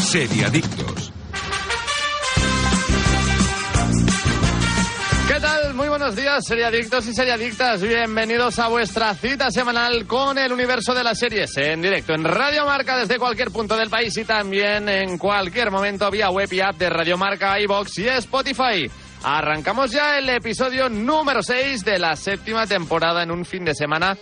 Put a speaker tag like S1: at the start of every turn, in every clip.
S1: Seriadictos.
S2: ¿Qué tal? Muy buenos días, seriadictos y seriadictas. Bienvenidos a vuestra cita semanal con el universo de las series en directo en Radio Marca desde cualquier punto del país y también en cualquier momento vía web y app de Radio Marca, iBox y Spotify. Arrancamos ya el episodio número 6 de la séptima temporada en un fin de semana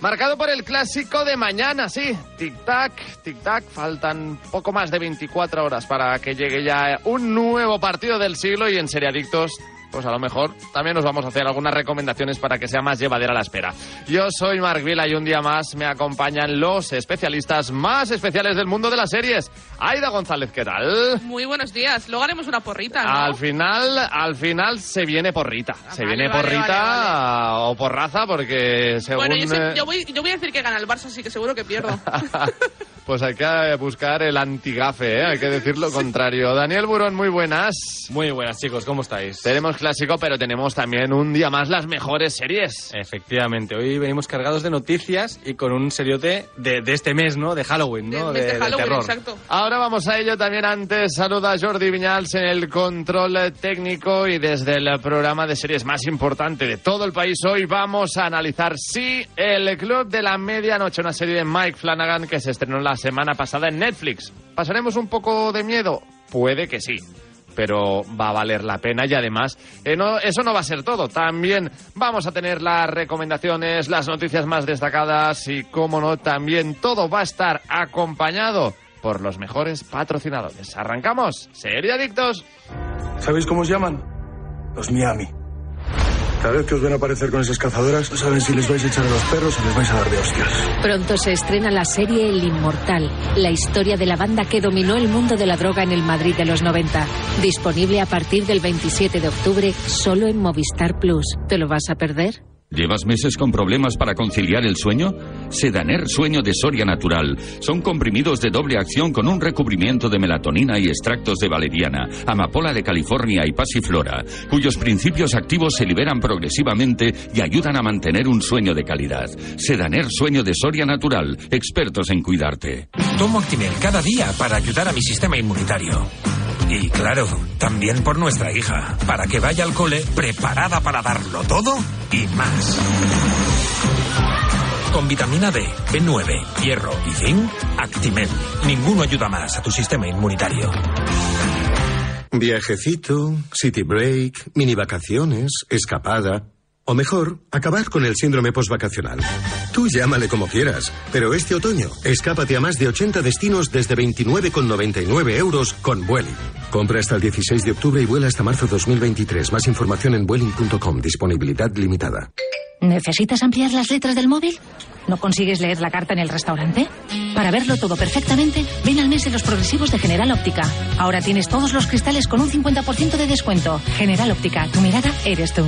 S2: Marcado por el clásico de mañana, sí. Tic-tac, tic-tac. Faltan poco más de 24 horas para que llegue ya un nuevo partido del siglo y en Seriadictos, pues a lo mejor también nos vamos a hacer algunas recomendaciones para que sea más llevadera la espera. Yo soy Marc Vila y un día más me acompañan los especialistas más especiales del mundo de las series. Aida González, ¿qué tal?
S3: Muy buenos días. Luego haremos una porrita, ¿no?
S2: Al final, al final se viene porrita. se
S3: Ah, vale,
S2: viene
S3: vale,
S2: porrita
S3: vale,
S2: o porraza porque según...
S3: bueno, yo, sé-
S2: eh,
S3: yo voy, yo voy a decir que gana el Barça, así que seguro que pierdo.
S2: Pues hay que buscar el antigafe, ¿eh? hay que decir lo contrario. Daniel Burón, muy buenas.
S4: Muy buenas chicos, ¿cómo estáis?
S2: Tenemos clásico, pero tenemos también un día más las mejores series.
S4: Efectivamente, hoy venimos cargados de noticias y con un seriote de, de este mes, ¿no? De Halloween,
S3: Desde
S4: ¿no? de, del
S3: este Halloween,
S4: terror.
S3: exacto.
S2: Ahora vamos a ello también antes. Saluda a Jordi Viñals en el control técnico y desde el programa de series más importante de todo el país. Hoy vamos a analizar, sí, El Club de la Medianoche, una serie de Mike Flanagan que se estrenó la semana pasada en Netflix. ¿Pasaremos un poco de miedo? Puede que sí. Pero va a valer la pena y además eh, no- eso no va a ser todo. También vamos a tener las recomendaciones, las noticias más destacadas y, como no, también todo va a estar acompañado por los mejores patrocinadores. Arrancamos, Serie Adictos.
S5: ¿Sabéis cómo os llaman? Los Miami. Cada vez que os ven aparecer con esas cazadoras, no saben si les vais a echar a los perros o les vais a dar de hostias.
S6: Pronto se estrena la serie El Inmortal, la historia de la banda que dominó el mundo de la droga en el Madrid de los 90. Disponible a partir del 27 de octubre solo en Movistar Plus. ¿Te lo vas a perder?
S1: ¿Llevas meses con problemas para conciliar el sueño? Sedaner Sueño de Soria Natural. Son comprimidos de doble acción con un recubrimiento de melatonina y extractos de valeriana, amapola de California y pasiflora, cuyos principios activos se liberan progresivamente y ayudan a mantener un sueño de calidad. Sedaner Sueño de Soria Natural. Expertos en cuidarte.
S7: Tomo Actimel cada día para ayudar a mi sistema inmunitario. Y claro, también por nuestra hija, para que vaya al cole preparada para darlo todo y más. Con vitamina D, B9, hierro y zinc, Actimel. Ninguno ayuda más a tu sistema inmunitario.
S8: Viajecito, city break, mini vacaciones, escapada. O mejor, acabar con el síndrome postvacacional. Tú llámale como quieras, pero este otoño, escápate a más de 80 destinos desde 29,99 euros con Vueling. Compra hasta el 16 de octubre y vuela hasta marzo 2023. Más información en Vueling.com. Disponibilidad limitada.
S6: ¿Necesitas ampliar las letras del móvil? ¿No consigues leer la carta en el restaurante? Para verlo todo perfectamente, ven al mes de los progresivos de General Óptica. Ahora tienes todos los cristales con un 50% de descuento. General Óptica, tu mirada eres tú.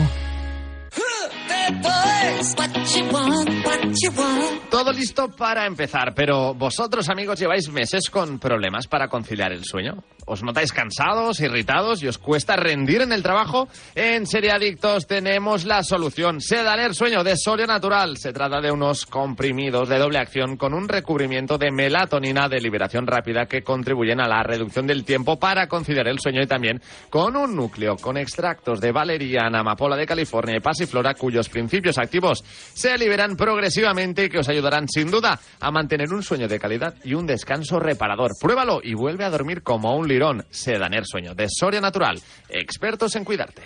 S2: Todo listo para empezar, pero vosotros amigos lleváis meses con problemas para conciliar el sueño. ¿Os notáis cansados, irritados y os cuesta rendir en el trabajo? En Seriadictos tenemos la solución. Sedaner Sueño de Soria Natural. Se trata de unos comprimidos de doble acción con un recubrimiento de melatonina de liberación rápida que contribuyen a la reducción del tiempo para conciliar el sueño y también con un núcleo con extractos de valeriana, amapola de California y pasiflora cuyos principios activos se liberan progresivamente y que os ayudarán sin duda a mantener un sueño de calidad y un descanso reparador. Pruébalo y vuelve a dormir como un lirón. Sedaner Sueño de Soria Natural. Expertos en cuidarte.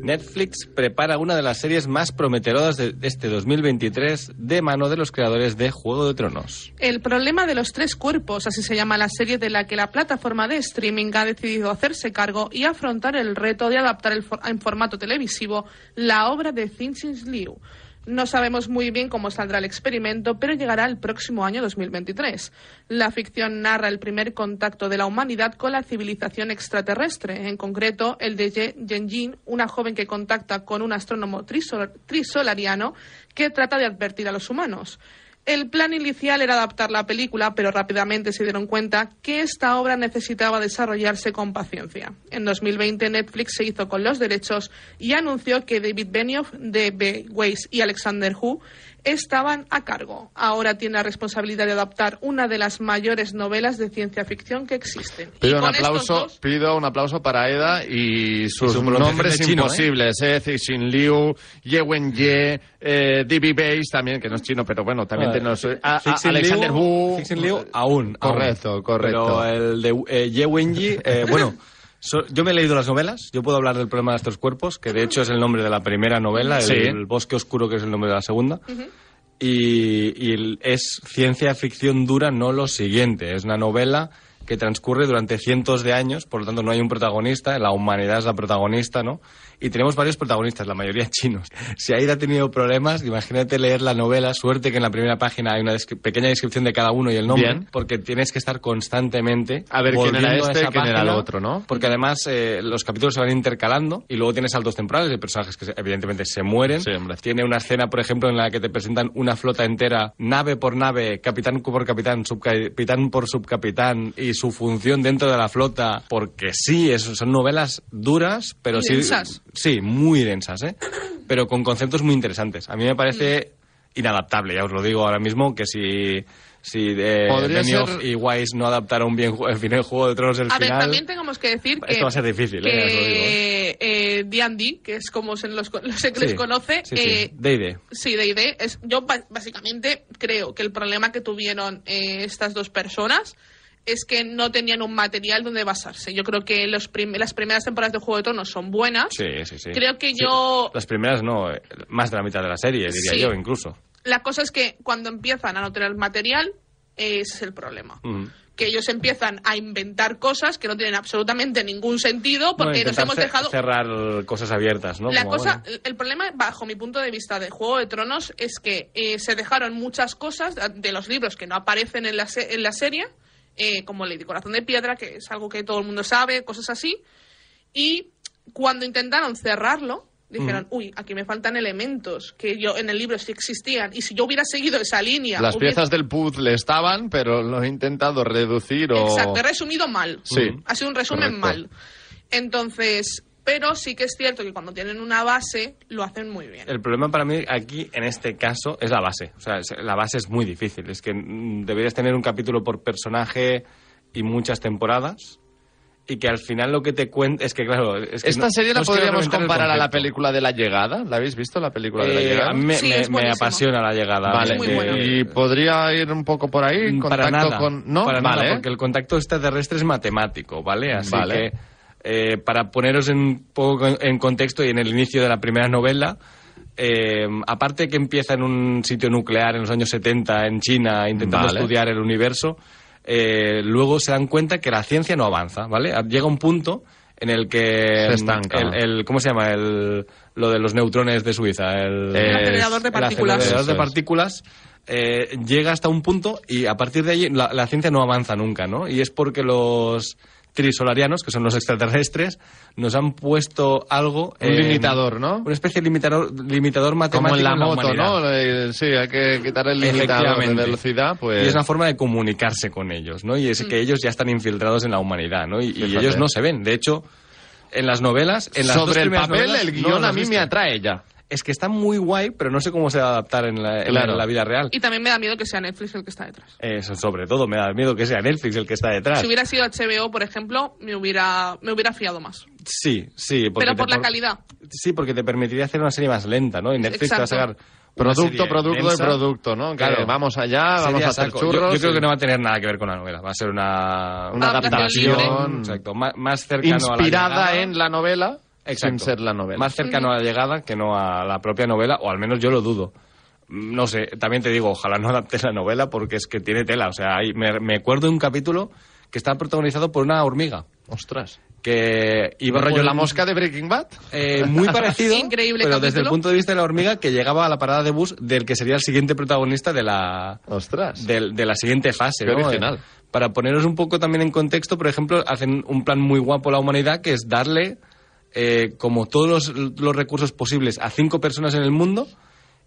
S4: Netflix prepara una de las series más prometedoras de de este 2023 de mano de los creadores de Juego de Tronos.
S3: El problema de los tres cuerpos, así se llama la serie de la que la plataforma de streaming ha decidido hacerse cargo y afrontar el reto de adaptar el for- en formato televisivo la obra de Cixin Liu. No sabemos muy bien cómo saldrá el experimento, pero llegará el próximo año 2023. La ficción narra el primer contacto de la humanidad con la civilización extraterrestre, en concreto el de Ye- Yen Jin, una joven que contacta con un astrónomo trisol- trisolariano que trata de advertir a los humanos. El plan inicial era adaptar la película, pero rápidamente se dieron cuenta que esta obra necesitaba desarrollarse con paciencia. En 2020 Netflix se hizo con los derechos y anunció que David Benioff, D.B. Weiss y Alexander Hu estaban a cargo. Ahora tiene la responsabilidad de adaptar una de las mayores novelas de ciencia ficción que existen. Y
S2: Pido un,
S3: con estos
S2: aplauso,
S3: dos-
S2: pido un aplauso para Eda y sus
S4: su pronunciación
S2: nombres
S4: de chino,
S2: imposibles. Eh, Cixin Liu, Ye Wen Ye, eh, DB Base también, que no es chino, pero bueno, también
S4: Ah,
S2: tenemos eh, a- a-
S4: Fixing
S2: Alexander
S4: Liu-
S2: Wu.
S4: Fixing Liu, aún.
S2: Correcto,
S4: aún.
S2: correcto.
S4: Pero el de eh, Ye Wenji, eh, bueno, so- yo me he leído las novelas, yo puedo hablar del problema de estos cuerpos, que de hecho es el nombre de la primera novela, el,
S2: Sí.
S4: el Bosque Oscuro, que es el nombre de la segunda. Y, y el- es ciencia ficción dura, no lo siguiente. Es una novela que transcurre durante cientos de años, por lo tanto no hay un protagonista, la humanidad es la protagonista, ¿no? Y tenemos varios protagonistas, la mayoría chinos. Si Aida ha tenido problemas, imagínate leer la novela, suerte que en la primera página hay una descri- pequeña descripción de cada uno y el nombre,
S2: Bien.
S4: porque tienes que estar constantemente
S2: A ver quién era
S4: volviendo a
S2: este
S4: esa
S2: y quién era el
S4: página,
S2: otro, ¿no?
S4: Porque además eh, los capítulos se van intercalando y luego tienes saltos temporales de personajes que se- evidentemente se mueren.
S2: Sí, hombre.
S4: Tiene una escena, por ejemplo, en la que te presentan una flota entera, nave por nave, capitán por capitán, subcapitán por subcapitán y su función dentro de la flota, porque sí, es- son novelas duras, pero
S3: Y
S4: sí...
S3: densas.
S4: Sí, muy densas, ¿eh? Pero con conceptos muy interesantes. A mí me parece
S3: Mm.
S4: inadaptable, ya os lo digo ahora mismo, que si... Si eh,
S2: Podría
S4: Benioff
S2: ser-
S4: y Wise no adaptaron bien ju- el final de Juego de Tronos, el
S3: A ver,
S4: final...
S3: también tengamos que decir que...
S4: Esto va a ser difícil, eh,
S3: que,
S4: ya os lo digo, eh.
S3: eh, D&D, que es como se los, los- se les
S4: Sí,
S3: conoce,
S4: sí, sí.
S3: eh,
S4: D&D.
S3: Sí, de idea. Es, yo ba- básicamente creo que el problema que tuvieron eh, estas dos personas es que no tenían un material donde basarse. Yo creo que los prim- las primeras temporadas de Juego de Tronos son buenas.
S4: Sí, sí, sí.
S3: Creo que
S4: Sí.
S3: yo...
S4: Las primeras no, eh, más de la mitad de la serie, diría
S3: Sí.
S4: yo, incluso.
S3: La cosa es que cuando empiezan a no tener material, eh, ese es el problema.
S4: Ujú.
S3: Que ellos empiezan a inventar cosas que no tienen absolutamente ningún sentido porque
S4: No,
S3: nos
S4: intentar
S3: hemos
S4: ce-
S3: dejado...
S4: cerrar cosas abiertas, ¿no?
S3: La
S4: Como,
S3: cosa,
S4: bueno.
S3: el problema, bajo mi punto de vista de Juego de Tronos, es que eh, se dejaron muchas cosas de- de los libros que no aparecen en la, se- en la serie, eh, como Lady Corazón de Piedra, que es algo que todo el mundo sabe, cosas así. Y cuando intentaron cerrarlo, dijeron,
S2: Mm.
S3: uy, aquí me faltan elementos que yo en el libro sí existían. Y si yo hubiera seguido esa línea.
S2: Las
S3: hubiera-
S2: piezas del puzzle estaban, pero lo he intentado reducir o...
S3: Exacto, Mm. he resumido mal.
S2: Sí.
S3: Ha sido un resumen
S2: Correcto.
S3: mal. Entonces, pero sí que es cierto que cuando tienen una base, lo hacen muy bien.
S4: El problema para mí aquí, en este caso, es la base. O sea, es- la base es muy difícil. Es que mm, deberías tener un capítulo por personaje y muchas temporadas. Y que al final lo que te cuenta es que, claro. Es que
S2: Esta
S4: no-
S2: serie la
S4: no os quiero
S2: podríamos
S4: reventar el
S2: comparar a la
S4: concepto.
S2: película de La Llegada. ¿La habéis visto, la película de La
S4: Eh,
S2: Llegada?
S4: a mí me,
S3: Sí,
S4: me-
S3: es
S4: me
S3: buenísimo.
S4: apasiona la llegada.
S2: Vale,
S3: muy buena.
S4: Eh,
S2: y podría ir un poco por ahí,
S4: Mm,
S2: contacto
S4: para nada,
S2: con... No,
S4: para nada,
S2: vale.
S4: porque el contacto extraterrestre es matemático, ¿vale? Así
S2: Vale.
S4: que, eh, para poneros un poco con- en contexto y en el inicio de la primera novela, eh, aparte que empieza en un sitio nuclear en los años 70 en China intentando
S2: Vale.
S4: estudiar el universo, eh, luego se dan cuenta que la ciencia no avanza, ¿vale? Ah, Llega un punto en el que
S2: Se
S4: mm,
S2: estanca.
S4: El, el- ¿cómo se llama? El, lo de los neutrones de Suiza, el,
S2: Eh, El
S3: acelerador de
S4: el
S3: partículas.
S4: acelerador
S2: Eso
S4: de
S2: es.
S4: partículas eh, llega hasta un punto y a partir de allí la, la ciencia no avanza nunca, ¿no? Y es porque los trisolarianos, que son los extraterrestres, nos han puesto algo...
S2: Un limitador, ¿no?
S4: Una especie de limitador, limitador matemático
S2: Como en la
S4: en la
S2: moto,
S4: humanidad.
S2: ¿no? Eh, Sí, hay que quitar el limitador de
S4: Efectivamente.
S2: velocidad, pues...
S4: Y es una forma de comunicarse con ellos, ¿no? Y es que ellos ya están infiltrados en la humanidad, ¿no? Y, y
S2: Fíjate.
S4: ellos no se ven. De hecho, en las novelas... En las dos
S2: Sobre el
S4: primeras
S2: papel,
S4: novelas,
S2: el
S4: no
S2: guión
S4: las
S2: a mí
S4: viste.
S2: me atrae ya.
S4: Es que está muy guay, pero no sé cómo se va a adaptar en la, en
S2: Claro.
S4: la vida real.
S3: Y también me da miedo que sea Netflix el que está detrás.
S4: Eso, sobre todo, me da miedo que sea Netflix el que está detrás.
S3: Si hubiera sido HBO, por ejemplo, me hubiera, me hubiera fiado más.
S4: Sí, sí. porque
S3: Pero
S4: te
S3: por la
S4: por-
S3: calidad.
S4: Sí, porque te permitiría hacer una serie más lenta, ¿no? Y Netflix te va a
S3: Exacto.
S4: sacar... una
S2: Producto,
S4: serie
S2: producto
S4: densa.
S2: y producto, ¿no? Que
S4: Claro.
S2: vamos allá, vamos
S4: Sería
S2: a hacer
S4: saco. Yo-
S2: churros.
S4: Yo, creo
S2: y-
S4: que no va a tener nada que ver con la novela. Va a ser una,
S2: Una
S3: adaptación
S2: libre.
S4: Exacto. Má- Más cercano a la
S2: inspirada
S4: llegada.
S2: en la novela,
S4: Exacto.
S2: sin ser la novela.
S4: Más cercano a la llegada que no a la propia novela, o al menos yo lo dudo. Mm, No sé, también te digo, ojalá no adaptes la novela porque es que tiene tela. O sea, hay- me, me acuerdo de un capítulo que está protagonizado por una hormiga.
S2: Ostras.
S4: Que
S2: ¿Y
S4: iba por
S2: rollo
S4: un-
S2: la mosca de Breaking Bad?
S4: eh, muy parecido,
S3: Increíble
S4: pero
S3: capítulo.
S4: desde el punto de vista de la hormiga que llegaba a la parada de bus del que sería el siguiente protagonista de la,
S2: Ostras.
S4: del- de, la siguiente fase.
S2: Qué
S4: ¿no?
S2: original.
S4: Eh, Para poneros un poco también en contexto, por ejemplo, hacen un plan muy guapo a la humanidad que es darle eh, como todos los, los recursos posibles a cinco personas en el mundo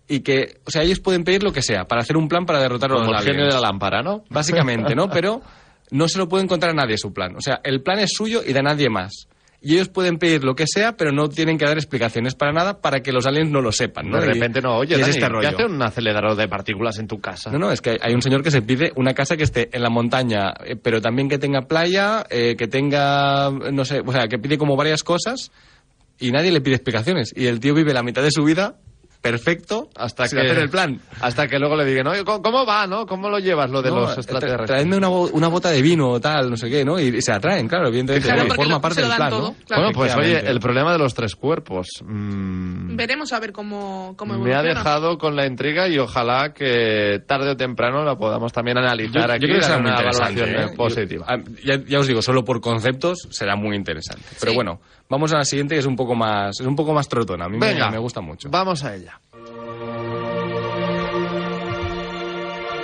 S4: y que, o sea, ellos pueden pedir lo que sea para hacer un plan para derrotar a los
S2: Como el genio
S4: aliens.
S2: de la lámpara, ¿no?
S4: Básicamente, ¿no? Pero no se lo pueden contar a nadie su plan. O sea, el plan es suyo y de nadie más. Y ellos pueden pedir lo que sea, pero no tienen que dar explicaciones para nada para que los aliens no lo sepan, ¿no?
S2: De
S4: Y-
S2: repente no, oye,
S4: y es
S2: Dani,
S4: este
S2: ¿qué
S4: rollo.
S2: hace un acelerador de partículas en tu casa?
S4: No, no, es que hay- hay un señor que se pide una casa que esté en la montaña, eh, pero también que tenga playa, eh, que tenga, eh, no sé, o sea, que pide como varias cosas y nadie le pide explicaciones. Y el tío vive la mitad de su vida perfecto
S2: Hasta
S4: sin
S2: que
S4: hacer el plan.
S2: Hasta que luego le digan, oye, ¿cómo, cómo va, no? ¿Cómo lo llevas lo de
S4: No, eh,
S2: los
S4: tra-
S2: extraterrestres?
S4: Traedme una, bo- una bota de vino o tal, no sé qué, ¿no? Y, y se atraen, claro, evidentemente,
S3: Claro,
S4: y
S3: porque
S4: forma
S3: lo-
S4: parte
S3: se lo
S4: del
S3: dan
S4: plan, ¿no?
S3: todo, claro.
S2: Bueno, pues oye,
S4: Efectivamente.
S2: el problema de los tres cuerpos. mm,
S3: Veremos a ver cómo, cómo
S2: me ha
S3: evoluciona.
S2: dejado con la intriga y ojalá que tarde o temprano la podamos también analizar aquí y
S4: que será
S2: dar
S4: muy
S2: una
S4: interesante,
S2: valoración
S4: ¿eh?
S2: eh, positiva.
S4: Yo- ah, ya, ya os digo, solo por conceptos será muy interesante. Pero
S3: Sí.
S4: bueno, vamos a la siguiente que es un poco más, es un poco más trotona. A mí me-
S2: Venga,
S4: me, gusta mucho.
S2: Vamos a ella.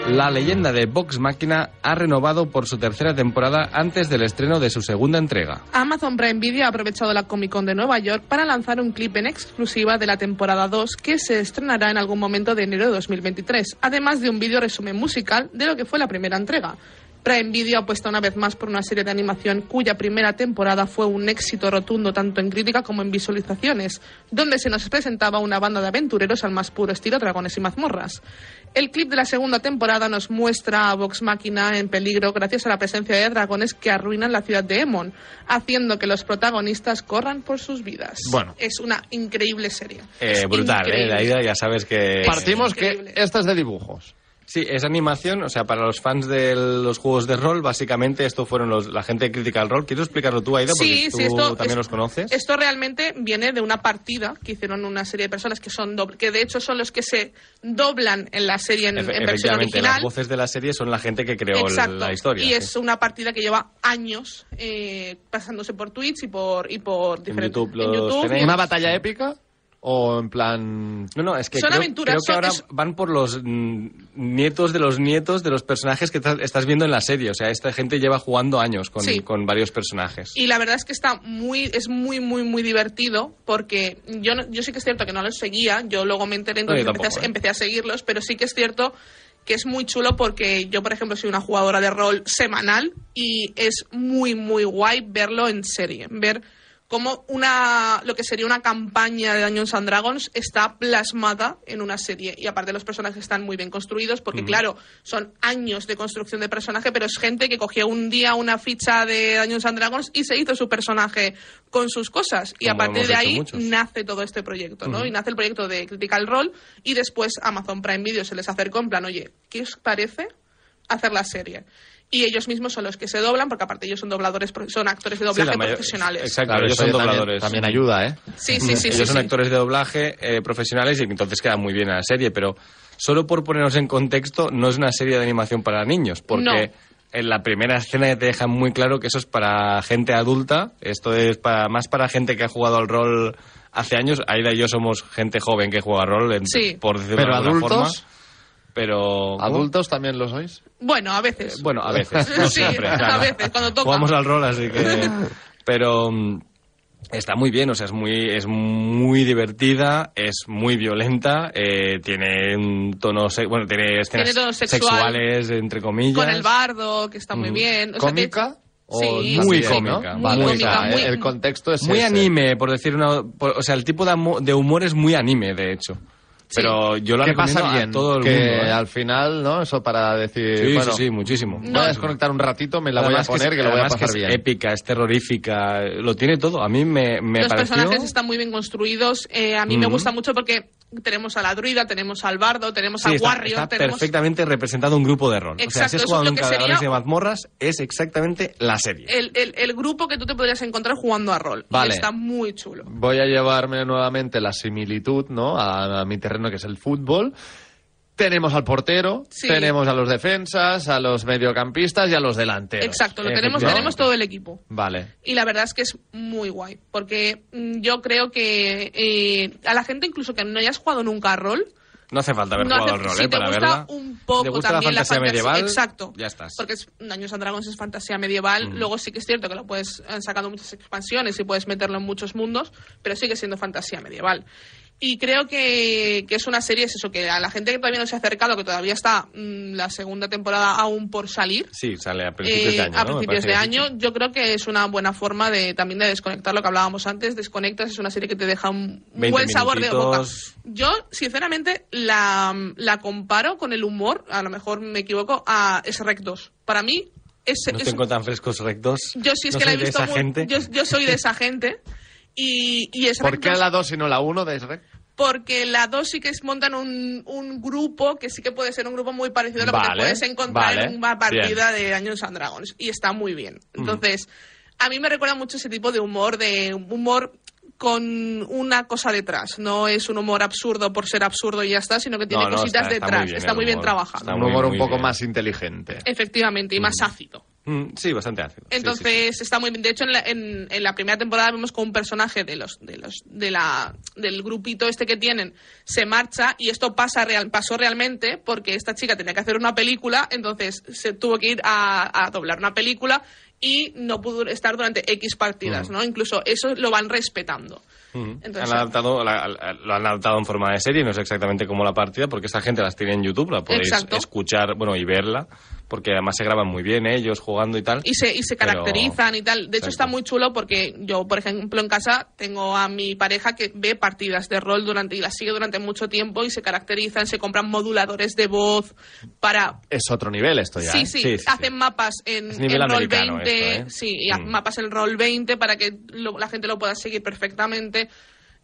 S4: La leyenda de Vox Máquina ha renovado por su tercera temporada antes del estreno de su segunda entrega.
S3: Amazon Prime Video ha aprovechado la Comic Con de Nueva York para lanzar un clip en exclusiva de la temporada 2 que se estrenará en algún momento de enero de 2023, además de un vídeo resumen musical de lo que fue la primera entrega. Prime Video apuesta una vez más por una serie de animación cuya primera temporada fue un éxito rotundo tanto en crítica como en visualizaciones, donde se nos presentaba una banda de aventureros al más puro estilo Dragones y Mazmorras. El clip de la segunda temporada nos muestra a Vox Máquina en peligro gracias a la presencia de dragones que arruinan la ciudad de Emon, haciendo que los protagonistas corran por sus vidas.
S4: Bueno.
S3: Es una increíble serie.
S4: Eh,
S3: Es
S4: brutal, ¿eh?
S3: increíble.
S4: La idea ya sabes que...
S3: Es
S2: Partimos
S3: increíble.
S2: que esta es de dibujos.
S4: Sí, es animación, o sea, para los fans de los juegos de rol, básicamente esto fueron los, la gente crítica al rol. Quiero explicarlo tú, Aida, porque
S3: Sí,
S4: tú
S3: sí, esto
S4: también
S3: es-
S4: los conoces.
S3: Esto realmente viene de una partida que hicieron una serie de personas que son doble, que de hecho son los que se doblan en la serie en,
S4: Efe-
S3: en versión
S4: efectivamente,
S3: original.
S4: las voces de la serie son la gente que creó
S3: Exacto.
S4: la historia.
S3: Y
S4: sí.
S3: es una partida que lleva años eh, pasándose por Twitch y por y por diferentes
S4: YouTube los tenéis.
S3: y-
S2: ¿Una batalla épica? ¿O en plan.?
S4: No, no, es que
S3: Son
S4: creo,
S3: aventuras,
S4: creo que
S3: son-
S4: ahora
S3: es-
S4: van por los mm, nietos de los nietos de los personajes que ta- estás viendo en la serie. O sea, esta gente lleva jugando años con,
S3: Sí.
S4: con varios personajes.
S3: Y la verdad es que está muy, es muy, muy, muy divertido porque yo, no- yo sí que es cierto que no los seguía, yo luego me enteré, entonces
S4: yo
S3: empecé, a,
S4: tampoco, ¿eh?
S3: empecé a seguirlos, pero sí que es cierto que es muy chulo porque yo, por ejemplo, soy una jugadora de rol semanal y es muy, muy guay verlo en serie, ver cómo una, lo que sería una campaña de Dungeons and Dragons está plasmada en una serie. Y aparte los personajes están muy bien construidos porque, claro, son años de construcción de personaje, pero es gente que cogió un día una ficha de Dungeons and Dragons y se hizo su personaje con sus cosas. Y
S4: Como
S3: a partir
S4: hemos
S3: de
S4: hecho
S3: ahí
S4: muchos.
S3: nace todo este proyecto, ¿no? Y nace el proyecto de Critical Role y después Amazon Prime Video se les acercó en plan, oye, ¿qué os parece hacer la serie? Y ellos mismos son los que se doblan, porque aparte ellos son dobladores, pro- son actores de
S4: Sí, la
S3: doblaje
S4: mayor-
S3: profesionales.
S4: Exacto,
S2: Claro,
S4: ellos
S2: eso
S4: son
S2: ya también-
S4: dobladores.
S2: También, ayuda, ¿eh?
S3: Sí, sí, sí.
S4: ellos
S3: sí,
S4: son
S3: sí.
S4: actores de doblaje eh, profesionales y entonces queda muy bien a la serie, pero solo por ponernos en contexto, no es una serie de animación para niños, porque
S3: No.
S4: en la primera escena ya te dejan muy claro que eso es para gente adulta, esto es para más para gente que ha jugado al rol hace años. Aida y yo somos gente joven que juega al rol, en-
S3: Sí.
S4: por decirlo
S2: Pero
S4: de alguna
S2: adultos.
S4: forma. Pero ¿cómo?
S2: ¿Adultos también lo sois?
S3: Bueno, a
S4: Eh,
S3: veces.
S4: Bueno, a veces. no
S3: Sí,
S4: siempre,
S3: a
S4: claro.
S3: veces, cuando toca.
S4: Jugamos al rol, así que. Pero. mm, Está muy bien, o sea, es muy, es muy divertida, es muy violenta, eh, tiene un tono, se- bueno, tiene escenas
S3: Tiene tono sexual.
S4: sexuales, entre comillas.
S3: Con el bardo, que está muy bien. Eh, O sea, de-
S2: ¿Cómica? o
S3: Sí,
S4: muy
S2: también, ¿no?
S4: cómica,
S2: Vale,
S3: muy
S2: o sea,
S3: cómica, ¿eh? muy-
S4: eh,
S2: El contexto es
S4: Muy
S2: ese.
S4: anime, por decir una, por- o sea, el tipo de, amo- de humor es muy anime, de hecho.
S3: Sí.
S4: Pero yo lo
S2: que
S4: recomiendo
S2: pasa bien,
S4: a todo el
S2: que
S4: mundo. ¿eh?
S2: al final, ¿no? Eso para decir,
S4: Sí,
S2: bueno,
S4: sí, sí, muchísimo.
S2: voy a desconectar un ratito, me la voy a
S4: Además
S2: poner,
S4: es-
S2: que, lo voy a
S4: además
S2: pasar
S4: es
S2: bien.
S4: épica, es terrorífica, lo tiene todo. A mí me, me
S3: los
S4: pareció...
S3: personajes están muy bien construidos. eh, a mí me
S4: Ujú.
S3: gusta mucho porque tenemos a la druida, tenemos al bardo, tenemos
S4: Sí,
S3: al
S4: está,
S3: warrior,
S4: está
S3: tenemos.
S4: perfectamente representado un grupo de rol. o sea,
S3: Exacto,
S4: si
S3: eso
S4: has
S3: es
S4: jugado
S3: lo
S4: un
S3: que
S4: Cazadores
S3: sería-
S4: de mazmorras, es exactamente la serie.
S3: El, el- el grupo que tú te podrías encontrar jugando a rol. Y
S2: Vale.
S3: está muy chulo.
S2: Voy a llevarme nuevamente la similitud, ¿no? A, a mi terreno que es el fútbol. Tenemos al portero,
S3: Sí.
S2: tenemos a los defensas, a los mediocampistas y a los delanteros.
S3: Exacto, lo tenemos,
S2: Efectivamente.
S3: tenemos todo el equipo.
S2: Vale.
S3: Y la verdad es que es muy guay, porque mm, yo creo que eh, a la gente incluso que no hayas jugado nunca a rol,
S4: No hace falta haber
S3: No
S4: jugado
S3: hace-
S4: al rol,
S3: si
S4: eh,
S3: te
S4: para
S3: gusta
S4: verla.
S3: un poco
S4: Te gusta
S3: también
S4: la fantasía medieval,
S3: exacto
S4: ya estás. Mm.
S3: porque es Dungeons and Dragons es fantasía medieval luego sí que es cierto que lo puedes han sacado muchas expansiones y puedes meterlo en muchos mundos pero sigue siendo fantasía medieval Y creo que, que es una serie, es eso, que a la gente que todavía no se ha acercado, que todavía está mm, la segunda temporada aún por salir,
S4: Sí, sale a principios
S3: eh,
S4: de año.
S3: a
S4: ¿no? Me
S3: principios
S4: parece
S3: de
S4: que has dicho.
S3: año, yo creo que es una buena forma de también de desconectar lo que hablábamos antes. Desconectas, es una serie que te deja un
S4: 20
S3: buen sabor de boca.
S4: minutitos.
S3: Yo, sinceramente, la, la comparo con el humor, a lo mejor me equivoco, a Es Rectos. Para mí, es,
S4: No
S3: es-
S4: tengo tan frescos rectos.
S3: yo sí es
S4: No
S3: que la he
S4: soy de
S3: visto
S4: esa
S3: muy-
S4: gente.
S3: Yo, yo soy de esa gente. Y, y es
S2: ¿Por qué
S3: Rectos-
S2: la 2 y no la 1 de Shrek?
S3: porque la dos sí que es, montan un, un grupo que sí que puede ser un grupo muy parecido a lo que te
S4: Vale,
S3: puedes encontrar
S4: vale, Mm.
S3: en una partida de Dungeons and Dragons. Y está muy bien. Entonces, a mí me recuerda mucho ese tipo de humor, de humor con una cosa detrás. No es un humor absurdo por ser absurdo y ya está, sino que tiene
S4: No, no,
S3: cositas
S4: está- está
S3: detrás. Está muy bien,
S4: muy bien el humor.
S3: trabajado.
S4: Está
S2: un
S4: muy,
S2: humor un
S4: muy
S2: poco
S4: bien.
S2: más inteligente.
S3: Efectivamente, y más ácido.
S4: Mm, sí, bastante ácido. Sí,
S3: Entonces
S4: sí, sí.
S3: está muy bien. De hecho, en la, en- en la primera temporada vemos como un personaje de los, de los, de la, del grupito este que tienen se marcha y esto pasa real, pasó realmente porque esta chica tenía que hacer una película, entonces se tuvo que ir a, a doblar una película y no pudo estar durante X partidas, ¿no? Incluso eso lo van respetando.
S4: Mm.
S3: Entonces-
S4: han adaptado, la- la- lo han adaptado en forma de serie, no es exactamente como la partida, porque esa gente las tiene en YouTube, la podéis
S3: Exacto.
S4: escuchar, bueno, y verla, porque además se graban muy bien ellos jugando y tal.
S3: y se, y se
S4: Pero-
S3: caracterizan y tal. De hecho,
S4: Exacto.
S3: está muy chulo porque yo, por ejemplo, en casa tengo a mi pareja que ve partidas de rol durante y las sigue durante mucho tiempo y se caracterizan, se compran moduladores de voz para...
S2: Es otro nivel esto ya.
S3: Sí,
S2: ¿eh?
S3: sí,
S4: Sí, sí,
S3: hacen
S4: sí.
S3: mapas en,
S4: Es nivel
S3: en Roll
S4: americano
S3: 20,
S4: esto, ¿eh?
S3: sí, y hacen
S4: Mm.
S3: mapas en Roll 20 para que lo- la gente lo pueda seguir perfectamente.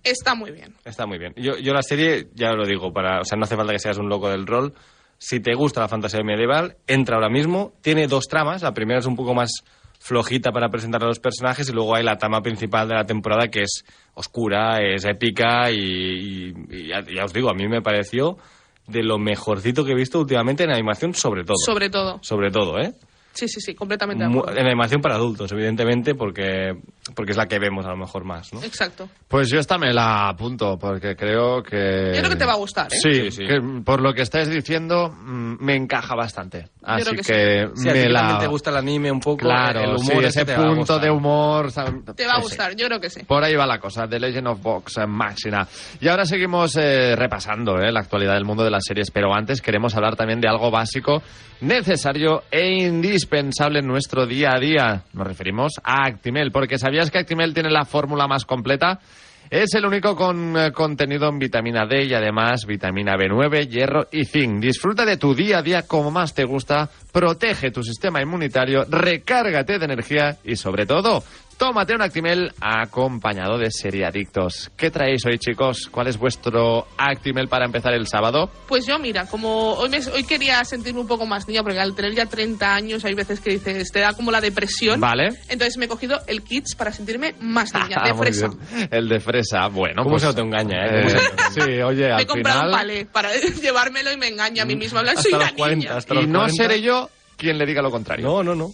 S3: Está muy bien.
S4: Está muy bien. Yo, yo la serie, ya lo digo, para, o sea, no hace falta que seas un loco del rol. Si te gusta la fantasía medieval, entra ahora mismo. Tiene dos tramas. La primera es un poco más flojita para presentar a los personajes y luego hay la trama principal de la temporada que es oscura, es épica y, y- y ya, ya os digo, a mí me pareció de lo mejorcito que he visto últimamente en animación sobre todo.
S3: Sobre todo.
S4: Sobre todo, ¿eh?
S3: Sí, sí, sí, completamente. de
S4: Mu-
S3: acuerdo.
S4: En animación para adultos, evidentemente, porque, porque es la que vemos a lo mejor más, ¿no?
S3: Exacto.
S2: Pues yo esta me la apunto porque creo que...
S3: Yo creo que te va a gustar, ¿eh?
S2: Sí,
S4: Sí, sí.
S2: que, mm, por lo que estáis diciendo mm, me encaja bastante. Así
S3: creo que
S2: que,
S4: Si a ti
S2: me
S4: que
S2: la...
S4: también te gusta el anime un poco,
S2: claro,
S4: el
S2: sí,
S4: humor este
S2: ese
S4: te va a
S2: punto de
S4: gustar.
S2: humor...
S3: Te va a
S2: Sí, sí.
S3: gustar, yo creo que sí.
S2: Por ahí va la cosa, The Legend of Vox, eh, máxima. Y ahora seguimos eh, repasando eh, la actualidad del mundo de las series, pero antes queremos hablar también de algo básico, necesario e indispensable en nuestro día a día. Nos referimos a Actimel, porque ¿sabías que Actimel tiene la fórmula más completa? Es el único con eh, contenido en vitamina D y además vitamina B9, hierro y zinc. Disfruta de tu día a día como más te gusta, protege tu sistema inmunitario, recárgate de energía y sobre todo, tómate un Actimel acompañado de seriadictos. ¿Qué traéis hoy chicos? ¿Cuál es vuestro Actimel para empezar el sábado?
S3: Pues yo, mira, como hoy, me- hoy quería sentirme un poco más niña, porque al tener ya 30 años hay veces que dices, te da como la depresión.
S2: Vale. Ah,
S3: Entonces me he cogido el kits para sentirme más niña, de
S2: Muy
S3: fresa.
S2: bien. El de fresa, bueno.
S4: ¿Cómo
S2: pues,
S4: se autoengaña, eh? ¿Cómo se autoengaña?
S2: sí, oye,
S3: Me
S2: al
S3: he comprado
S2: final...
S3: un palé para llevármelo y me engaño a mí misma. Hablar, soy
S4: Hasta
S3: una
S4: los 40,
S3: niña.
S4: hasta los
S2: Y no
S4: 40.
S2: seré yo quien le diga lo contrario.
S4: No, no, no.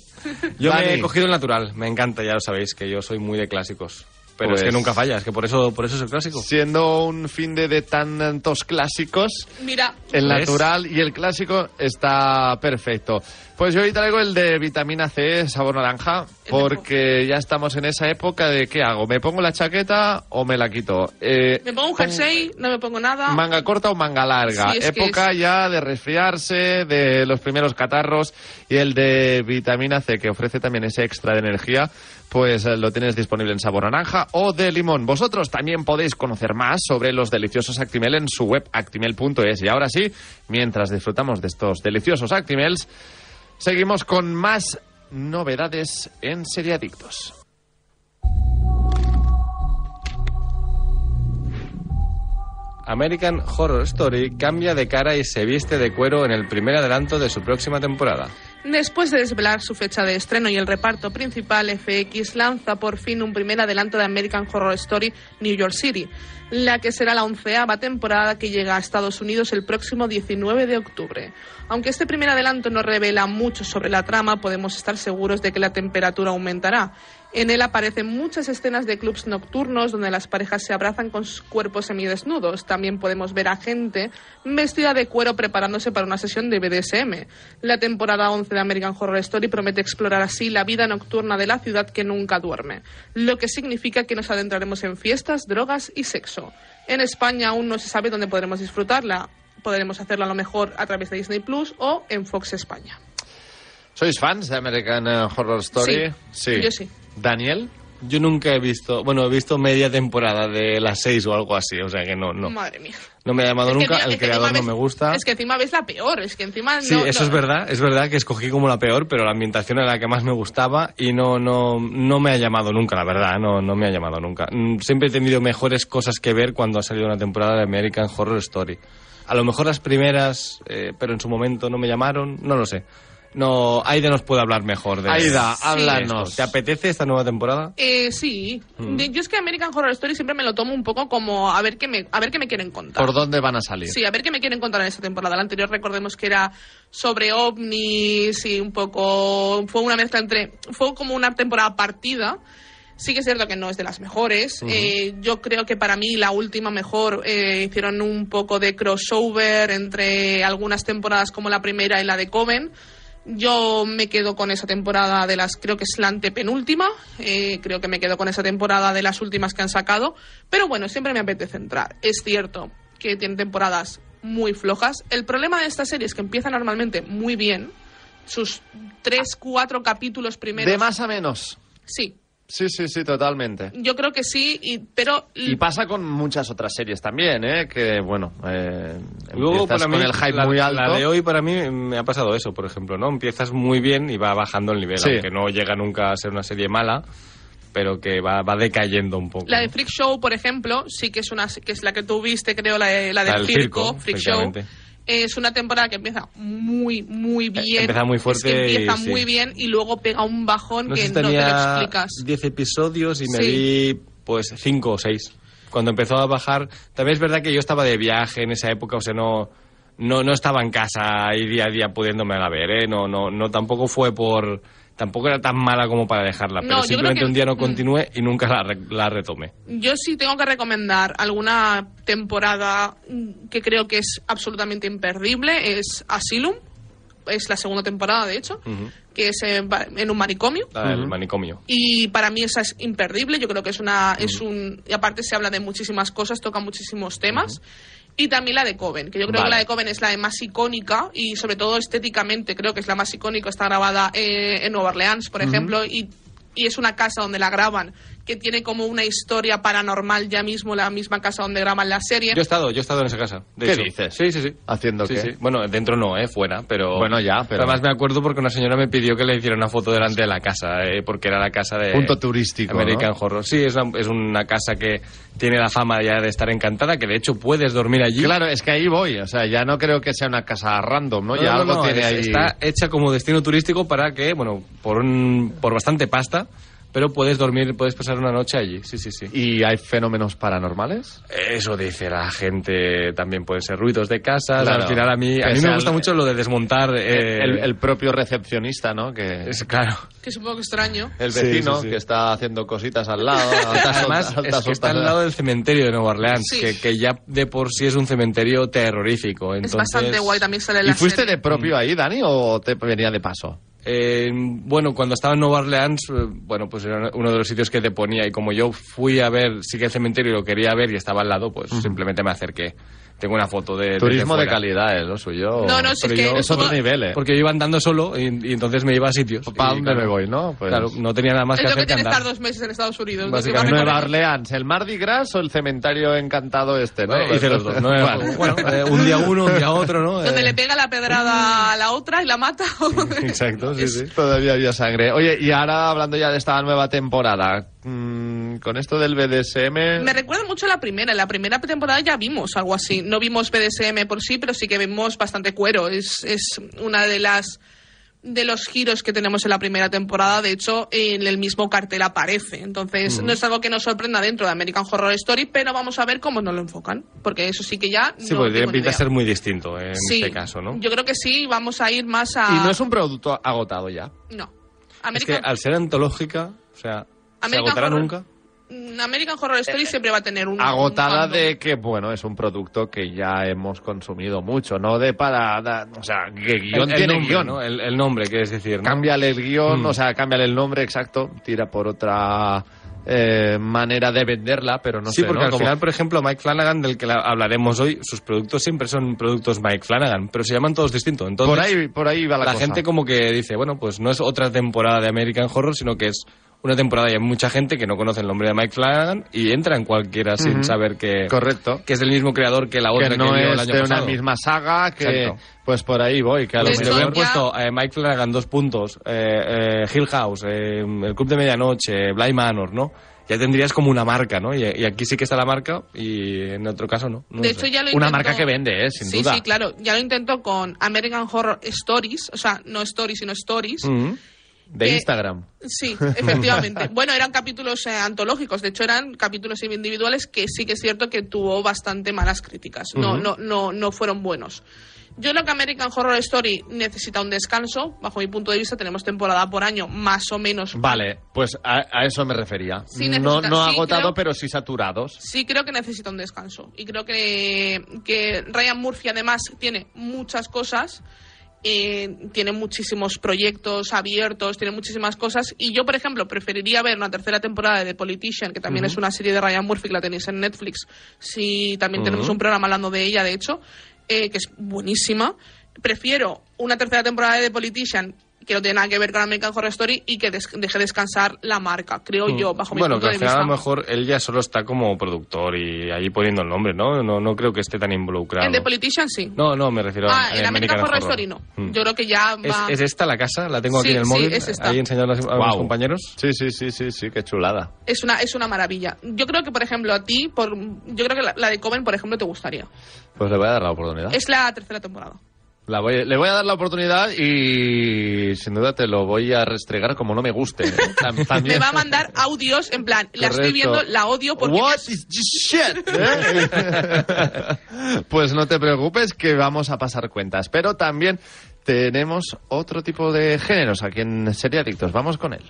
S4: Yo
S2: Dani.
S4: me he cogido el natural, me encanta, ya lo sabéis, que yo soy muy de clásicos. Pero es
S2: Pues-
S4: que nunca falla, es que por eso, por eso es el clásico.
S2: Siendo un fin de, de tantos clásicos,
S3: Mira,
S2: el
S4: ¿Ves?
S2: natural y el clásico está perfecto. Pues yo hoy traigo el de vitamina C, sabor naranja, porque ya estamos en esa época de ¿qué hago? ¿Me pongo la chaqueta o me la quito? Eh,
S3: me pongo un
S2: con-
S3: jersey, no me pongo nada.
S2: Manga corta o manga larga.
S3: Ah. Sí, es que
S2: Época
S3: es-
S2: ya de resfriarse, de los primeros catarros y el de vitamina C que ofrece también ese extra de energía, pues eh, lo tienes disponible en sabor naranja o de limón. Vosotros también podéis conocer más sobre los deliciosos Actimel en su web actimel.es. Y ahora sí, mientras disfrutamos de estos deliciosos Actimels, seguimos con más novedades en Seriadictos.
S4: American Horror Story cambia de cara y se viste de cuero en el primer adelanto de su próxima temporada.
S3: Después de desvelar su fecha de estreno y el reparto principal, FX lanza por fin un primer adelanto de American Horror Story New York City, la que será la onceava temporada que llega a Estados Unidos el próximo 19 de octubre. Aunque este primer adelanto no revela mucho sobre la trama, podemos estar seguros de que la temperatura aumentará. En él aparecen muchas escenas de clubs nocturnos donde las parejas se abrazan con sus cuerpos semidesnudos. También podemos ver a gente vestida de cuero preparándose para una sesión de BDSM. La temporada 11 de American Horror Story promete explorar así la vida nocturna de la ciudad que nunca duerme, lo que significa que nos adentraremos en fiestas, drogas y sexo. En España aún no se sabe dónde podremos disfrutarla. Podremos hacerla a lo mejor a través de Disney Plus o en Fox España.
S2: ¿Sois fans de American eh, Horror Story?
S3: Sí, yo sí.
S2: ¿Daniel?
S1: Yo nunca he visto, bueno, he visto media temporada de las seis o algo así, o sea que no, no.
S3: Madre mía.
S1: No me ha llamado
S3: Mm. Es que
S1: nunca,
S3: encima-
S1: el
S3: es que
S1: creador
S3: encima
S1: no me
S3: ves-
S1: gusta.
S3: Es que encima ves la peor, es que encima
S1: Sí,
S3: no-
S1: eso
S3: no-
S1: es verdad, es verdad que escogí como la peor, pero la ambientación era la que más me gustaba y no, no, no me ha llamado nunca, la verdad, no, no me ha llamado nunca. Mm, Siempre he tenido mejores cosas que ver cuando ha salido una temporada de American Horror Story. A lo mejor las primeras, eh, pero en su momento no me llamaron, no lo sé. No, Aida nos puede hablar mejor de
S2: Aida,
S1: de
S2: háblanos.
S1: esto. ¿Te apetece esta nueva temporada?
S3: Eh, sí.
S1: Mm.
S3: De- yo es que American Horror Story siempre me lo tomo un poco como a ver qué me, a ver qué me quieren contar.
S2: ¿Por dónde van a salir?
S3: Sí, a ver qué me quieren contar en esta temporada. La anterior recordemos que era sobre ovnis y un poco fue una mezcla entre fue como una temporada partida. Sí que es cierto que no es de las mejores. Eh, yo creo que para mí la última mejor eh, hicieron un poco de crossover entre algunas temporadas como la primera y la de Coven. Yo me quedo con esa temporada de las, creo que es la antepenúltima, eh, creo que me quedo con esa temporada de las últimas que han sacado, pero bueno, siempre me apetece entrar. Es cierto que tiene temporadas muy flojas. El problema de esta serie es que empieza normalmente muy bien, sus tres, cuatro capítulos primeros.
S2: De más a menos.
S3: Sí,
S2: Sí, sí, sí, totalmente.
S3: yo creo que sí, y, pero...
S2: Y pasa con muchas otras series también, ¿eh? Que, bueno, eh,
S1: Luego,
S2: empiezas
S1: para mí,
S2: con el hype
S1: la,
S2: muy alto.
S1: la de hoy para mí me ha pasado eso, por ejemplo, ¿no? Empiezas muy bien y va bajando el nivel,
S2: Sí.
S1: aunque no llega nunca a ser una serie mala, pero que va, va decayendo un poco.
S3: La de Freak Show, por ejemplo, sí que es una que es la que tú viste, creo, la, de- la del
S1: La del
S3: circo,
S1: circo,
S3: Freak Show.
S1: efectivamente. Eh,
S3: Es una temporada que empieza muy, muy bien.
S1: empieza muy
S3: Es que
S1: fuerte y
S3: empieza
S1: sí.
S3: muy bien y luego pega un bajón
S1: no
S3: que
S1: sé si
S3: no te lo
S1: tenía
S3: explicas.
S1: 10 episodios y me
S3: Sí.
S1: vi pues 5 o 6. Cuando empezó a bajar, también es verdad que yo estaba de viaje en esa época, o sea, no no no estaba en casa y día a día pudiéndome la ver, ¿eh? No no no tampoco fue por tampoco era tan mala como para dejarla,
S3: No,
S1: pero
S3: yo creo
S1: simplemente
S3: que-
S1: un día no
S3: mm.
S1: continué y nunca la, re- la retomé.
S3: Yo sí tengo que recomendar alguna temporada mm, que creo que es absolutamente imperdible, es Asylum. Es la segunda temporada, de hecho, que es en ba- en un manicomio.
S1: La del manicomio.
S3: y para mí esa es imperdible yo creo que es una es un y aparte se habla de muchísimas cosas toca muchísimos temas y también la de Coven que yo creo
S1: Vale.
S3: que la de Coven es la de más icónica y sobre todo estéticamente creo que es la más icónica está grabada eh, en Nueva Orleans por ejemplo y y es una casa donde la graban que tiene como una historia paranormal ya mismo la misma casa donde graban la serie
S1: Yo he estado, yo he estado en esa casa. de
S2: ¿Qué
S1: hecho.
S2: dices?
S1: Sí, sí, sí.
S2: ¿Haciendo
S1: Sí,
S2: qué?
S1: sí. Bueno, dentro no, eh, fuera, pero...
S2: Bueno, ya, pero-
S1: Además me acuerdo porque una señora me pidió que le hiciera una foto delante de la casa, eh, porque era la casa de...
S2: Punto turístico,
S1: American
S2: ¿no?
S1: Horror. Sí, es una, es una casa que tiene la fama ya de estar encantada, que de hecho puedes dormir allí.
S2: Claro, es que ahí voy. O sea, ya no creo que sea una casa random, ¿no?
S1: No,
S2: ya
S1: no,
S2: algo
S1: no,
S2: tiene
S1: es-
S2: ahí.
S1: Está hecha como destino turístico para que, bueno, por, un, por bastante pasta, pero puedes dormir, puedes pasar una noche allí. Sí, sí, sí.
S2: ¿Y hay fenómenos paranormales?
S1: Eso dice la gente, también pueden ser ruidos de casa.
S2: Claro.
S1: Al final a mí, a
S2: Que
S1: mí
S2: sea
S1: me
S2: el-
S1: gusta mucho lo de desmontar. eh,
S2: el, el propio recepcionista, ¿no? Que
S1: es- claro.
S3: que es un poco extraño
S2: el
S1: Sí,
S2: vecino
S1: sí, sí.
S2: que está haciendo cositas al lado. altas,
S1: Además,
S2: altas,
S1: es que está
S2: altas,
S1: al lado del cementerio de Nueva Orleans,
S3: Sí.
S1: que, que ya de por sí es un cementerio terrorífico.
S3: es
S1: Entonces,
S3: bastante guay también sale en
S2: ¿Y
S3: la
S2: fuiste
S3: serie.
S2: de propio
S1: Mm.
S2: ahí, Dani, o te venía de paso?
S1: Eh, bueno, cuando estaba en Nueva Orleans, eh, bueno, pues era uno de los sitios que te ponía y como yo fui a ver, sí que el cementerio lo quería ver y estaba al lado, pues simplemente me acerqué. Tengo una foto de... desde
S2: Turismo de
S1: fuera.
S2: calidad, ¿eh? Lo suyo.
S3: No, no, sí,
S2: Pero
S3: es
S2: yo-
S3: que-
S2: Es otro
S3: Porque-
S2: nivel, ¿eh?
S1: Porque yo iba andando solo y, y entonces me iba a sitios.
S2: ¿Para
S1: Y,
S2: dónde
S1: claro,
S2: me voy, no? Pues-
S1: Claro, no tenía nada más
S3: es
S1: que
S3: lo
S1: hacer
S3: que
S1: que
S3: tiene estar
S1: andar.
S3: dos meses en Estados Unidos
S1: Básicamente.
S3: Nueva
S2: Nueva Orleans, ¿el Mardi Gras o el cementerio encantado este? ¿no?
S1: Eh, hice los dos. ¿no?
S2: Vale.
S1: Bueno, eh, un día uno, un día otro, ¿no?
S3: donde
S1: Eh,
S3: le pega la pedrada a la otra y la mata
S1: Exacto, sí, sí.
S2: Todavía había sangre. Oye, y ahora hablando ya de esta nueva temporada, mm, con esto del BDSM...
S3: Me recuerda mucho a la primera. En la primera temporada ya vimos algo así. No vimos BDSM por sí, pero sí que vimos bastante cuero. Es, es una de las de los giros que tenemos en la primera temporada, de hecho, en el mismo cartel aparece. Entonces, no es algo que nos sorprenda dentro de American Horror Story, pero vamos a ver cómo nos lo enfocan, porque eso sí que ya
S1: Sí,
S3: no tengo
S1: porque tiene
S3: ni
S1: pinta de
S3: idea.
S1: ser muy distinto eh, en
S3: Sí,
S1: este caso, ¿no?
S3: Yo creo que sí, vamos a ir más a
S2: Y no es un producto agotado ya.
S3: no.
S1: Es que
S3: American
S1: al ser antológica, o sea,
S4: ¿Se
S3: American
S4: agotará
S3: Horror-
S4: nunca?
S3: Mm, American Horror Story siempre va a tener un.
S2: agotada
S3: un fandom.
S2: de que, bueno, es un producto que ya hemos consumido mucho, no de parada, o sea, que guión
S4: el, el
S2: tiene
S4: nombre,
S2: guión.
S4: ¿no? El, el nombre, que es decir, ¿no?
S2: Cámbiale el guión,
S4: Mm.
S2: o sea, cámbiale el nombre, exacto, tira por otra eh, manera de venderla, pero no
S4: sí,
S2: sé,
S4: porque
S2: ¿no?
S4: al
S2: Como-
S4: final, por ejemplo, Mike Flanagan, del que la- hablaremos hoy, sus productos siempre son productos Mike Flanagan, pero se llaman todos distintos. Entonces,
S2: por ahí, por ahí va la,
S4: la
S2: cosa.
S4: gente como que dice, bueno, pues no es otra temporada de American Horror, sino que es una temporada y hay mucha gente que no conoce el nombre de Mike Flanagan y entra en cualquiera sin saber que,
S2: Correcto.
S4: que es del mismo creador que la otra
S2: Que
S4: que,
S2: no
S4: vio el
S2: es
S4: año
S2: de una
S4: pasado.
S2: misma saga, que
S4: Exacto.
S2: pues por ahí voy, que a lo
S4: Pues si le
S3: Esto
S4: hubieran
S2: mejor...
S3: ya-
S4: puesto eh, Mike Flanagan dos puntos, eh, eh, Hill House, eh, El Club de Medianoche, Bly Manor, ¿no? Ya tendrías como una marca, ¿no? Y, y aquí sí que está la marca y en otro caso no. no
S3: De
S4: sé.
S3: hecho, ya lo
S2: Una
S3: intentó-
S2: marca que vende, ¿eh? Sin
S3: sí,
S2: duda.
S3: Sí, claro. Ya lo intentó con American Horror Stories, o sea, no Stories, sino Stories.
S4: Mm.
S2: De
S3: que-
S2: Instagram.
S3: Sí, efectivamente. bueno, eran capítulos eh, antológicos, de hecho eran capítulos individuales que sí que es cierto que tuvo bastante malas críticas. No, no, no, no fueron buenos. Yo creo que American Horror Story necesita un descanso. Bajo mi punto de vista, tenemos temporada por año, más o menos.
S2: Vale, pues a, a eso me refería.
S3: Sí,
S2: no
S3: necesita-
S2: no
S3: sí,
S2: agotado,
S3: creo-
S2: pero sí saturados.
S3: Sí creo que necesita un descanso. Y creo que, que Ryan Murphy además tiene muchas cosas. eh, tiene muchísimos proyectos abiertos, tiene muchísimas cosas. Y yo, por ejemplo, preferiría ver una tercera temporada de The Politician, que también es una serie de Ryan Murphy que la tenéis en Netflix. Sí, también tenemos un programa hablando de ella, de hecho, eh, que es buenísima. Prefiero una tercera temporada de The Politician que no tiene nada que ver con American Horror Story y que des- deje descansar la marca, creo yo, bajo mi
S4: Mm. bueno,
S3: punto
S4: que
S3: de
S4: al final
S3: vista.
S4: a lo mejor él ya solo está como productor y ahí poniendo el nombre, ¿no? No, no creo que esté tan involucrado.
S3: En The Politician sí.
S4: no, no, me refiero
S3: ah,
S4: a
S3: en American Horror Story no.
S4: Mm.
S3: Yo creo que ya
S4: ¿Es,
S3: va.
S4: es esta la casa? La tengo aquí
S3: Sí,
S4: en el
S3: sí,
S4: móvil.
S3: es esta.
S4: Ahí enseñarla a mis
S2: Guau.
S4: compañeros.
S2: Sí, sí, sí, sí, sí, qué chulada.
S3: es una es una maravilla. Yo creo que por ejemplo a ti por yo creo que la, la de Coven por ejemplo te gustaría.
S2: Pues le voy a dar la
S4: Ah.
S2: oportunidad.
S3: Es la tercera temporada.
S2: La voy- le voy a dar la oportunidad y sin duda te lo voy a restregar como no me guste. ¿eh? Tam-
S3: Me
S2: también.
S3: va a mandar audios en plan, la estoy
S2: Correcto.
S3: viendo, la odio porque
S2: What is this shit? ¿Eh? pues no te preocupes que vamos a pasar cuentas. Pero también tenemos otro tipo de géneros aquí en Serie Adictos. Vamos con él.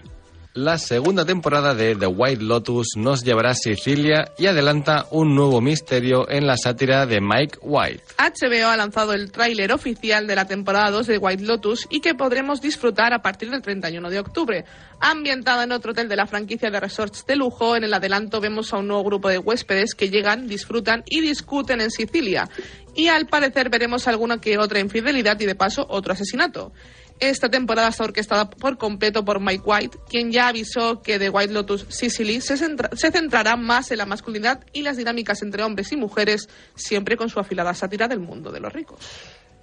S4: La segunda temporada de The White Lotus nos llevará a Sicilia y adelanta un nuevo misterio en la sátira de Mike White.
S3: HBO ha lanzado el tráiler oficial de la temporada 2 de White Lotus y que podremos disfrutar a partir del 31 de octubre. Ambientada en otro hotel de la franquicia de resorts de lujo, en el adelanto vemos a un nuevo grupo de huéspedes que llegan, disfrutan y discuten en Sicilia. Y al parecer veremos alguna que otra infidelidad y de paso otro asesinato. Esta temporada está orquestada por completo por Mike White, quien ya avisó que The White Lotus Sicily se, centra- se centrará más en la masculinidad y las dinámicas entre hombres y mujeres, siempre con su afilada sátira del mundo de los ricos.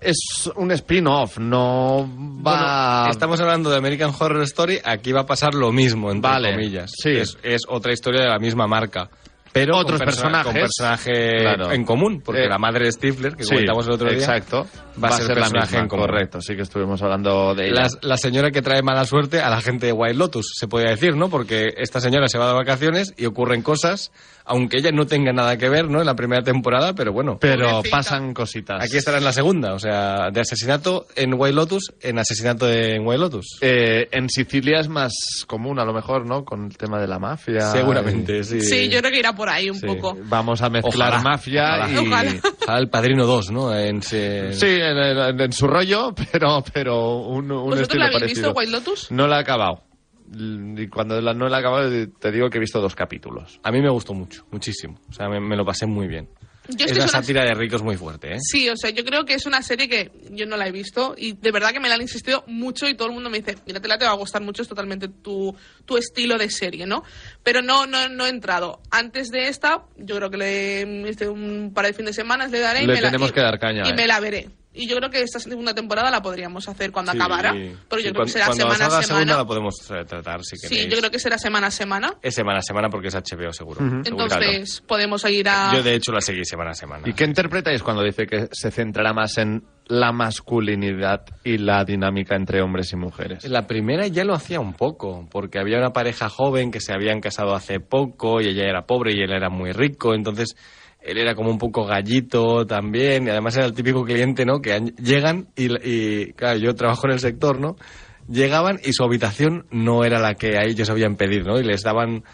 S2: Es un spin-off, no va...
S4: Bueno, estamos hablando de American Horror Story, aquí va a pasar lo mismo, entre
S2: Vale,
S4: comillas.
S2: sí.
S4: Es, es otra historia de la misma marca. Pero con
S2: Otros
S4: persona- con
S2: personajes.
S4: personaje
S2: Claro.
S4: en común, porque
S2: Eh,
S4: la madre de Stifler, que
S2: Sí,
S4: comentamos el otro día,
S2: Exacto.
S4: va a ser
S2: la
S4: personaje
S2: misma,
S4: en común.
S2: correcto. Sí que estuvimos hablando de ella.
S4: La, la señora que trae mala suerte a la gente de Wild Lotus, se podría decir, ¿no? Porque esta señora se va de vacaciones y ocurren cosas, aunque ella no tenga nada que ver, ¿no? En la primera temporada, pero bueno.
S2: Pero
S3: Pobrecita.
S2: pasan cositas.
S4: Aquí estará en la segunda, o sea, de asesinato en Wild Lotus, en asesinato en Wild Lotus.
S2: Eh, en Sicilia es más común, a lo mejor, ¿no? Con el tema de la mafia.
S4: Seguramente, sí.
S3: Sí, yo creo que irá por ahí un
S4: Sí.
S3: poco.
S2: Y Vamos a mezclar
S4: Ojalá,
S2: mafia
S4: ojalá.
S2: y.
S3: Ojalá.
S4: Ojalá el padrino 2, ¿no? En se-
S2: Sí, en, en- en su rollo, pero, pero un, un
S3: ¿Vosotros
S2: estilo
S3: la habéis
S2: parecido.
S3: visto, White Lotus?
S2: No la he acabado. L- Y cuando la- no la he acabado, te digo que he visto dos capítulos.
S4: A mí me gustó mucho, muchísimo. O sea, me, me lo pasé muy bien.
S3: Yo es
S4: es
S3: que
S4: una
S3: son
S4: sátira de ricos muy fuerte, ¿eh?
S3: Sí, o sea, yo creo que es una serie que yo no la he visto y de verdad que me la han insistido mucho y todo el mundo me dice, míratela, te va a gustar mucho, es totalmente tu, tu estilo de serie, ¿no? Pero no, no, no he entrado. Antes de esta, yo creo que le, este, un par de fin de semanas le daré y
S2: Le
S3: me la-
S2: tenemos
S3: y-
S2: que dar caña,
S3: Y
S2: eh.
S3: me la veré. Y yo creo que esta segunda temporada la podríamos hacer cuando
S4: Sí.
S3: acabara, pero
S4: Sí,
S3: yo creo
S4: cuan-
S3: que será
S4: cuando
S3: semana
S4: salga
S3: a
S4: la segunda
S3: semana.
S4: la podemos eh, tratar, si queréis.
S3: Sí, yo creo que será semana a semana.
S4: Es semana a semana porque es HBO, seguro. Seguro.
S3: Entonces podemos ir a...
S4: Yo, de hecho, la seguí semana a semana.
S2: ¿Y qué interpretáis cuando dice que se centrará más en la masculinidad y la dinámica entre hombres y mujeres?
S4: La primera ya lo hacía un poco, porque había una pareja joven que se habían casado hace poco y ella era pobre y él era muy rico, entonces él era como un poco gallito también, y además era el típico cliente, ¿no? Que an- llegan y, y, claro, yo trabajo en el sector, ¿no? llegaban y su habitación no era la que a ellos habían pedido, ¿no? Y les daban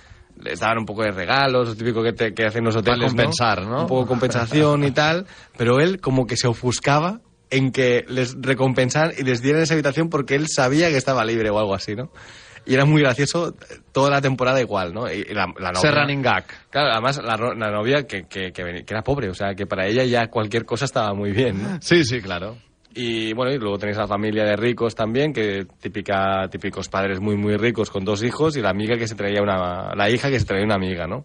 S4: les daban un poco de regalos, lo típico que, te- que hacen los
S2: Para
S4: hoteles, ¿no?
S2: compensar, ¿no?
S4: Un poco de compensación y tal, pero él como que se ofuscaba en que les recompensaran y les dieran esa habitación porque él sabía que estaba libre o algo así, ¿no? Y era muy gracioso toda la temporada igual, ¿no? Y y la, la novia-
S2: Ese running gag.
S4: Claro, además la, ro- la novia que, que, que veni- que era pobre, o sea, que para ella ya cualquier cosa estaba muy bien, ¿no?
S2: Sí, sí, claro.
S4: Y bueno, y luego tenéis a la familia de ricos también, que típica, típicos padres muy, muy ricos con dos hijos y la amiga que se traía una, la hija que se traía una amiga, ¿no?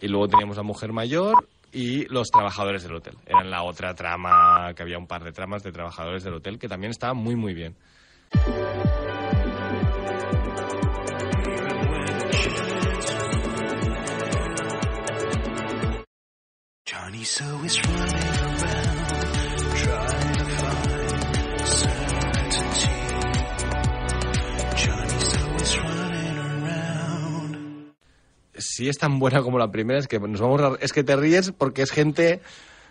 S4: Y luego teníamos la mujer mayor y los trabajadores del hotel. Eran la otra trama, que había un par de tramas de trabajadores del hotel que también estaban muy, muy bien. si es tan buena como la primera, es que nos vamos a- es que te ríes porque es gente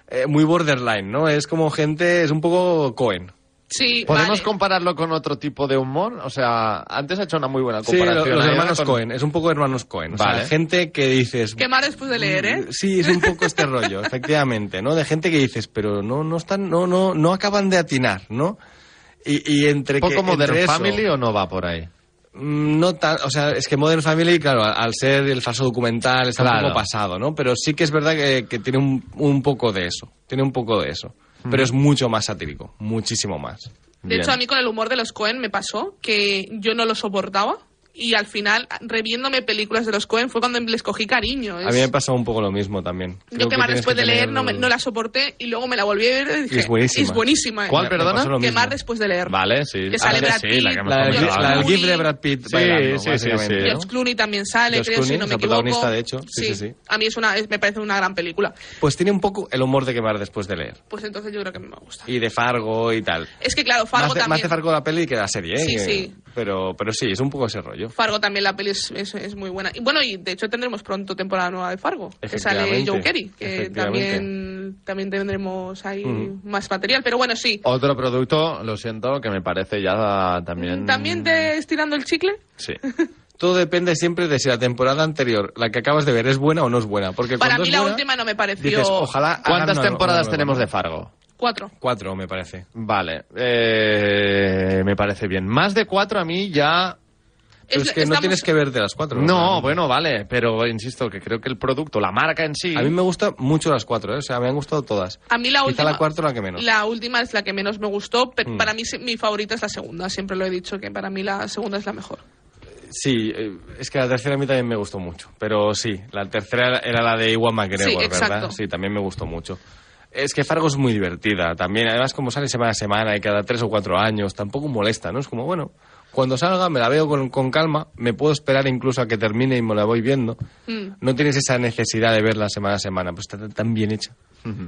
S4: eh, muy borderline, ¿no? Es como gente, es un poco Cohen.
S3: Sí,
S2: ¿Podemos
S3: vale.
S2: compararlo con otro tipo de humor? O sea, antes ha hecho una muy buena
S4: Sí, lo-
S2: comparación.
S4: los
S2: Ahí
S4: hermanos
S2: con-
S4: Cohen, es un poco hermanos Cohen. O
S2: Vale.
S4: sea, gente que dices...
S3: Qué mal después de leer, ¿eh?
S4: Sí, es un poco este rollo, efectivamente, ¿no? De gente que dices, pero no, no están, no, no, no acaban de atinar, ¿no? Y, y entre que...
S2: ¿Poco Modern
S4: entre eso-
S2: Family o no va por ahí?
S4: Mm, No tan, o sea, es que Modern Family, claro, al- al ser el falso documental está un
S2: Claro.
S4: poco pasado, ¿no? Pero sí que es verdad que, que tiene un, un poco de eso, tiene un poco de eso. Pero es mucho más satírico, muchísimo más.
S3: De
S2: Bien.
S3: hecho, a mí con el humor de los Cohen me pasó que yo no lo soportaba y al final, reviéndome películas de los Cohen, fue cuando les cogí cariño.
S4: A
S3: Es-
S4: mí me ha pasado un poco lo mismo también.
S3: Yo
S4: Creo
S3: que más
S4: tienes
S3: después de
S4: tener-
S3: leer no, me- no la soporté y luego me la volví a ver y dije,
S4: es buenísima.
S3: es buenísima.
S2: ¿Cuál,
S4: Me- me
S2: perdona?
S4: pasó lo mismo.
S3: Quemar después de leer.
S2: Vale, sí.
S3: Que sale
S2: Ah,
S3: Brad
S2: sí,
S3: Pitt,
S2: la que hemos
S4: La del,
S3: George
S2: comentado,
S4: la del
S2: ¿no?
S3: Clooney.
S4: GIF de Brad Pitt
S2: Sí,
S4: bailando,
S2: sí, sí, sí,
S4: básicamente,
S2: sí.
S4: ¿no?
S3: George Clooney también sale,
S4: George
S3: creo,
S4: Clooney
S3: si no
S4: es
S3: me
S4: el protagonista,
S3: equivoco.
S4: de hecho. Sí, sí, sí.
S3: A mí es una, es- me parece una gran película.
S4: Pues tiene un poco el humor de quemar después de leer.
S3: Pues entonces yo creo que me gusta.
S4: Y de Fargo y tal.
S3: Es que claro, Fargo
S4: más, de,
S3: también.
S4: más de Fargo la peli que la serie, ¿eh?
S3: Sí,
S4: Que-
S3: sí.
S4: Pero, pero sí, es un poco ese rollo.
S3: Fargo también la peli es, es- es muy buena. Y bueno, y de hecho tendremos pronto temporada nueva de Fargo, que sale
S4: Efectivamente,
S3: Joe Kerry, que
S4: efectivamente. Mm.
S3: también, también tendremos ahí más material. Pero bueno, sí.
S2: Otro producto, lo siento, que me parece ya también...
S3: ¿También te estirando el chicle?
S2: Sí.
S4: Todo depende siempre de si la temporada anterior, la que acabas de ver, es buena o no es buena. Porque
S3: Para
S4: cuando
S3: mí
S4: es
S3: la
S4: buena,
S3: última no me pareció...
S4: dices, ojalá. hagan
S2: ¿Cuántas
S4: una-
S2: temporadas
S4: una nueva,
S2: tenemos
S4: ¿no?
S2: de Fargo?
S3: Cuatro.
S4: Cuatro, me parece.
S2: Vale, eh, me parece bien. Más de cuatro a mí ya...
S4: Pero
S3: Es-
S4: es, que no
S3: estamos-
S4: tienes que ver de las cuatro.
S2: No,
S4: No,
S2: bueno, vale, pero insisto que creo que el producto, la marca en sí...
S4: A mí me gustan mucho las cuatro, ¿eh? o sea, me han gustado todas.
S3: A mí la
S4: Quizá
S3: última...
S4: la cuarta o la que menos. Mm.
S3: La última es la que menos me gustó, pero para mí se- mi favorita es la segunda. Siempre lo he dicho, que para mí la segunda es la mejor.
S4: Sí, eh, es que la tercera a mí también me gustó mucho. Pero sí, la tercera era la de Iwan
S3: Sí,
S4: McGregor,
S3: exacto.
S4: ¿verdad? Sí, también me gustó mucho. Es que Fargo es muy divertida también. Además, como sale semana a semana y cada tres o cuatro años, tampoco molesta, ¿no? Es como, bueno, cuando salga me la veo con, con calma, me puedo esperar incluso a que termine y me la voy viendo.
S3: Mm.
S4: No tienes esa necesidad de verla semana a semana, pues está tan bien hecha,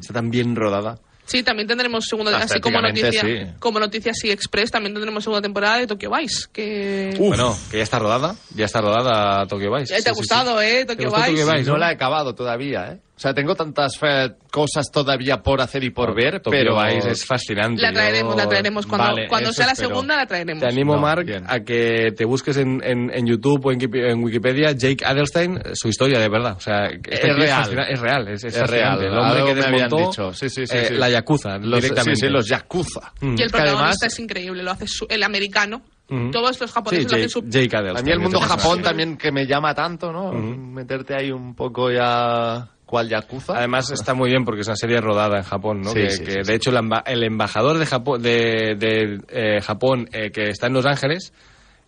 S4: está tan bien rodada.
S3: Sí, también tendremos segunda... Así como noticia,
S2: Estéticamente, sí.
S3: como noticia así express, también tendremos segunda temporada de Tokyo Vice, que...
S4: Bueno, que ya está rodada, ya está rodada Tokyo Vice.
S3: Ya te ha
S4: Sí, sí, sí.
S3: gustado, ¿eh? Tokyo
S4: gustó
S3: Vice.
S4: Tokyo Vice?
S2: no, la he acabado todavía, ¿eh? O sea, tengo tantas eh, cosas todavía por hacer y por ver,
S4: Tokyo
S2: pero
S4: Vice es fascinante.
S3: La traeremos,
S4: Yo-
S3: la traeremos. Cuando,
S4: Vale,
S3: cuando
S4: eso
S3: sea la
S4: espero.
S3: segunda, la traeremos.
S4: Te animo,
S2: No,
S4: Mark,
S2: bien.
S4: a que te busques en, en- en YouTube o en, Wiki- en Wikipedia Jake Adelstein, su historia de verdad. O sea, que este tío
S2: real.
S4: fascina- es real. Es, es
S2: Es real,
S4: fascinante. El hombre
S2: algo
S4: que
S2: me habían
S4: desmontó
S2: dicho. Sí, sí, sí,
S4: eh,
S2: sí.
S4: la Yakuza
S2: Los, sí,
S4: directamente.
S2: sí, los Yakuza.
S3: Y el
S2: Que además-
S3: protagonista es increíble, lo hace su- el americano.
S4: Ujú.
S3: Todos los
S4: Sí,
S3: japoneses lo
S4: Jake,
S3: hacen su...
S4: Jake Adelstein.
S2: A mí el mundo
S4: Entonces,
S2: Japón
S4: sí.
S2: también que me llama tanto, ¿no? Meterte ahí un poco ya... ¿Cuál Yakuza?
S4: Además está muy bien porque es una serie rodada en Japón, ¿no?
S2: Sí,
S4: que
S2: sí,
S4: que,
S2: sí,
S4: de
S2: sí.
S4: hecho el, amba- el embajador de Japón, de, de, eh, Japón eh, que está en Los Ángeles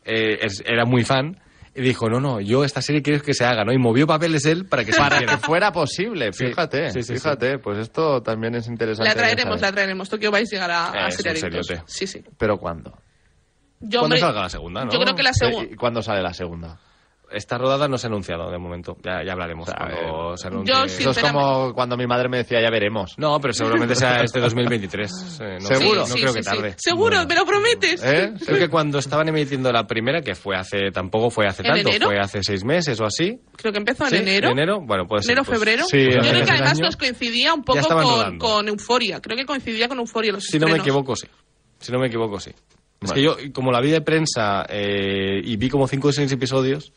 S4: eh, es- era muy fan y dijo, no, no, yo esta serie quiero que se haga, ¿no? Y movió papeles él para que se
S2: para
S4: hiciera.
S2: que fuera posible,
S4: Sí,
S2: fíjate,
S4: sí, sí,
S2: fíjate, pues esto también es interesante.
S3: La traeremos,
S2: saber.
S3: la traeremos. Tokyo Vice llegará a
S4: Eh, es
S3: Serie
S4: un
S3: Adictos.
S4: seriote.
S3: Sí, sí.
S2: Pero ¿cuándo?
S3: Yo,
S4: Cuando
S3: hombre,
S4: salga la segunda, ¿no?
S3: Yo creo que la
S2: Eh, ¿y
S3: segunda...
S2: ¿Cuándo sale la segunda?
S4: Esta rodada no se ha anunciado de momento. Ya, ya
S2: O
S4: hablaremos.
S2: sea,
S4: cuando
S2: eh,
S4: se anuncie.
S3: Yo sí-
S2: Eso es
S3: Sinceramente.
S2: como cuando mi madre me decía, ya veremos.
S4: No, pero seguramente sea este 2023. eh, no sé,
S2: Seguro.
S4: no
S3: sí,
S4: creo
S3: sí,
S4: que
S3: sí.
S4: tarde.
S3: Seguro, me lo prometes.
S2: ¿Eh?
S4: Creo que cuando estaban emitiendo la primera, que fue hace, tampoco fue hace
S3: ¿En
S4: tanto,
S3: enero?
S4: fue hace seis meses o así.
S3: Creo que empezó en
S4: ¿Sí?
S3: enero.
S4: ¿De enero? Bueno, puede ser.
S3: Enero,
S4: pues,
S3: febrero.
S2: sí,
S3: yo
S2: a
S3: creo
S2: finales
S3: que
S4: del
S3: además
S4: año.
S3: nos coincidía un
S4: Ya
S3: poco
S4: estaban
S3: con,
S4: rodando.
S3: con Euforia. Creo que coincidía con Euforia los
S4: Si no me
S3: estrenos.
S4: equivoco, sí. Si no me equivoco, sí. Es que yo, como la vi de prensa eh, y vi como cinco o seis episodios,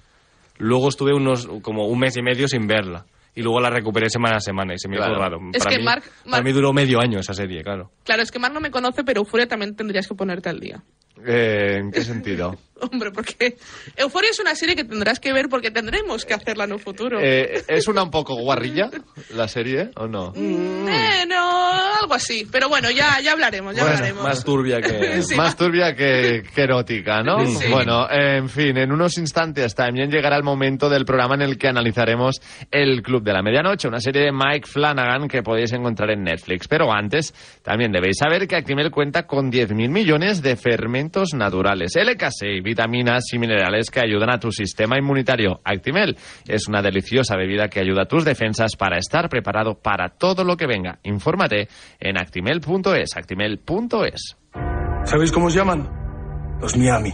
S4: luego estuve unos como un mes y medio sin verla. Y luego la recuperé semana a semana y se me hizo
S2: Claro.
S4: raro.
S3: Es
S4: para
S3: que
S4: mí,
S3: Mark-
S4: para
S3: Mark-
S4: mí duró medio año esa serie, claro.
S3: Claro, es que Mark no me conoce, pero Euforia también tendrías que ponerte al día.
S4: Eh, ¿En qué sentido?
S3: Hombre, porque Euforia es una serie que tendrás que ver porque tendremos que hacerla en un futuro.
S2: Eh, ¿Es una un poco guarrilla la serie o no?
S3: Eh, no, algo así. Pero bueno, ya, ya hablaremos, ya hablaremos.
S4: más turbia que...
S3: Sí.
S2: Más turbia que, que erótica, ¿no?
S3: Sí.
S2: Bueno, eh, en fin, en unos instantes también llegará el momento del programa en el que analizaremos El Club de la Medianoche, una serie de Mike Flanagan que podéis encontrar en Netflix. Pero antes, también debéis saber que Actimel cuenta con 10.000 millones de fermentos naturales, LKC, vitaminas y minerales que ayudan a tu sistema inmunitario. Actimel es una deliciosa bebida que ayuda a tus defensas para estar preparado para todo lo que venga. Infórmate en actimel.es, actimel.es.
S5: ¿Sabéis cómo os llaman? Los Miami.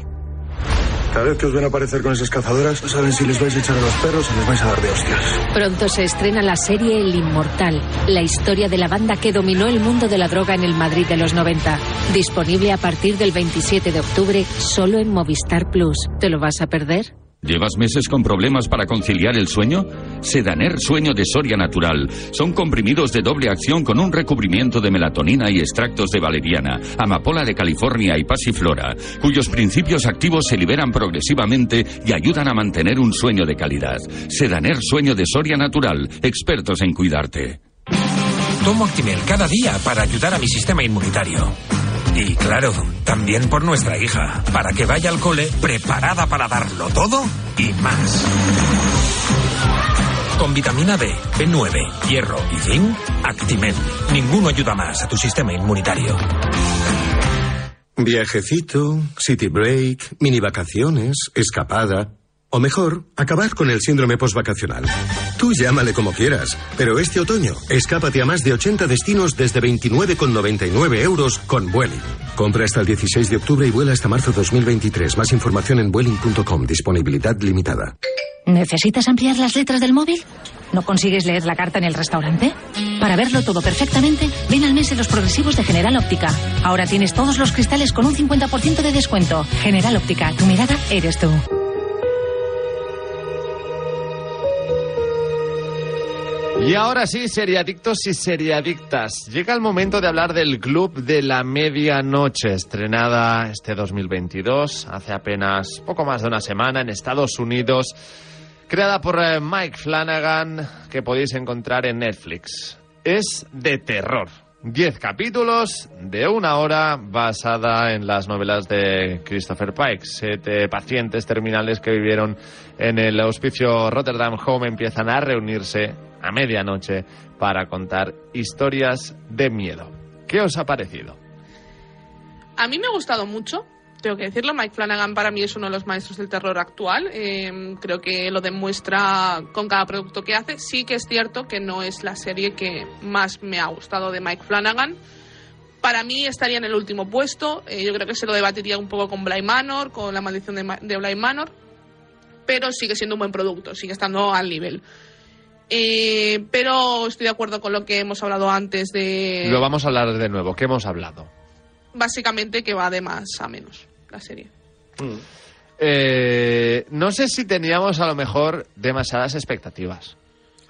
S5: Cada vez que os ven aparecer con esas cazadoras, no saben si les vais a echar a los perros o les vais a dar de hostias.
S9: Pronto se estrena la serie El Inmortal, la historia de la banda que dominó el mundo de la droga en el Madrid de los 90. Disponible a partir del 27 de octubre solo en Movistar Plus. ¿Te lo vas a perder?
S1: ¿Llevas meses con problemas para conciliar el sueño? Sedaner Sueño de Soria Natural. Son comprimidos de doble acción con un recubrimiento de melatonina y extractos de valeriana, amapola de California y pasiflora, cuyos principios activos se liberan progresivamente y ayudan a mantener un sueño de calidad. Sedaner Sueño de Soria Natural. Expertos en cuidarte.
S7: Tomo Actimel cada día para ayudar a mi sistema inmunitario. Y claro, también por nuestra hija, para que vaya al cole preparada para darlo todo y más. Con vitamina D, B9, hierro y zinc, Actimel. Ninguno ayuda más a tu sistema inmunitario.
S8: Viajecito, city break, mini vacaciones, escapada. O mejor, acabar con el síndrome postvacacional. Tú llámale como quieras, pero este otoño, escápate a más de 80 destinos desde 29,99 euros con Vueling. Compra hasta el 16 de octubre y vuela hasta marzo 2023. Más información en Vueling.com. Disponibilidad limitada.
S6: ¿Necesitas ampliar las letras del móvil? ¿No consigues leer la carta en el restaurante? Para verlo todo perfectamente, ven al mes de los progresivos de General Óptica. Ahora tienes todos los cristales con un 50% de descuento. General Óptica, tu mirada eres tú.
S2: Y ahora sí, seriadictos y seriadictas, llega el momento de hablar del Club de la Medianoche, estrenada este 2022, hace apenas poco más de una semana en Estados Unidos, creada por eh, Mike Flanagan, que podéis encontrar en Netflix. Es de terror. Diez capítulos de una hora basada en las novelas de Christopher Pike. Siete pacientes terminales que vivieron en el hospicio Rotterdam Home empiezan a reunirse a medianoche para contar historias de miedo. ¿Qué os ha parecido?
S3: A mí me ha gustado mucho, tengo que decirlo. Mike Flanagan para mí es uno de los maestros del terror actual. eh, creo que lo demuestra con cada producto que hace. Sí que es cierto que no es la serie que más me ha gustado de Mike Flanagan. Para mí estaría en el último puesto. eh, yo creo que se lo debatiría un poco con Bly Manor, con la maldición de, Ma- de Bly Manor. Pero sigue siendo un buen producto, sigue estando al nivel. Eh, pero estoy de acuerdo con lo que hemos hablado antes de
S2: Lo vamos a hablar de nuevo. ¿Qué hemos hablado?
S3: básicamente que va de más a menos la serie.
S2: Eh, no sé si teníamos a lo mejor demasiadas expectativas,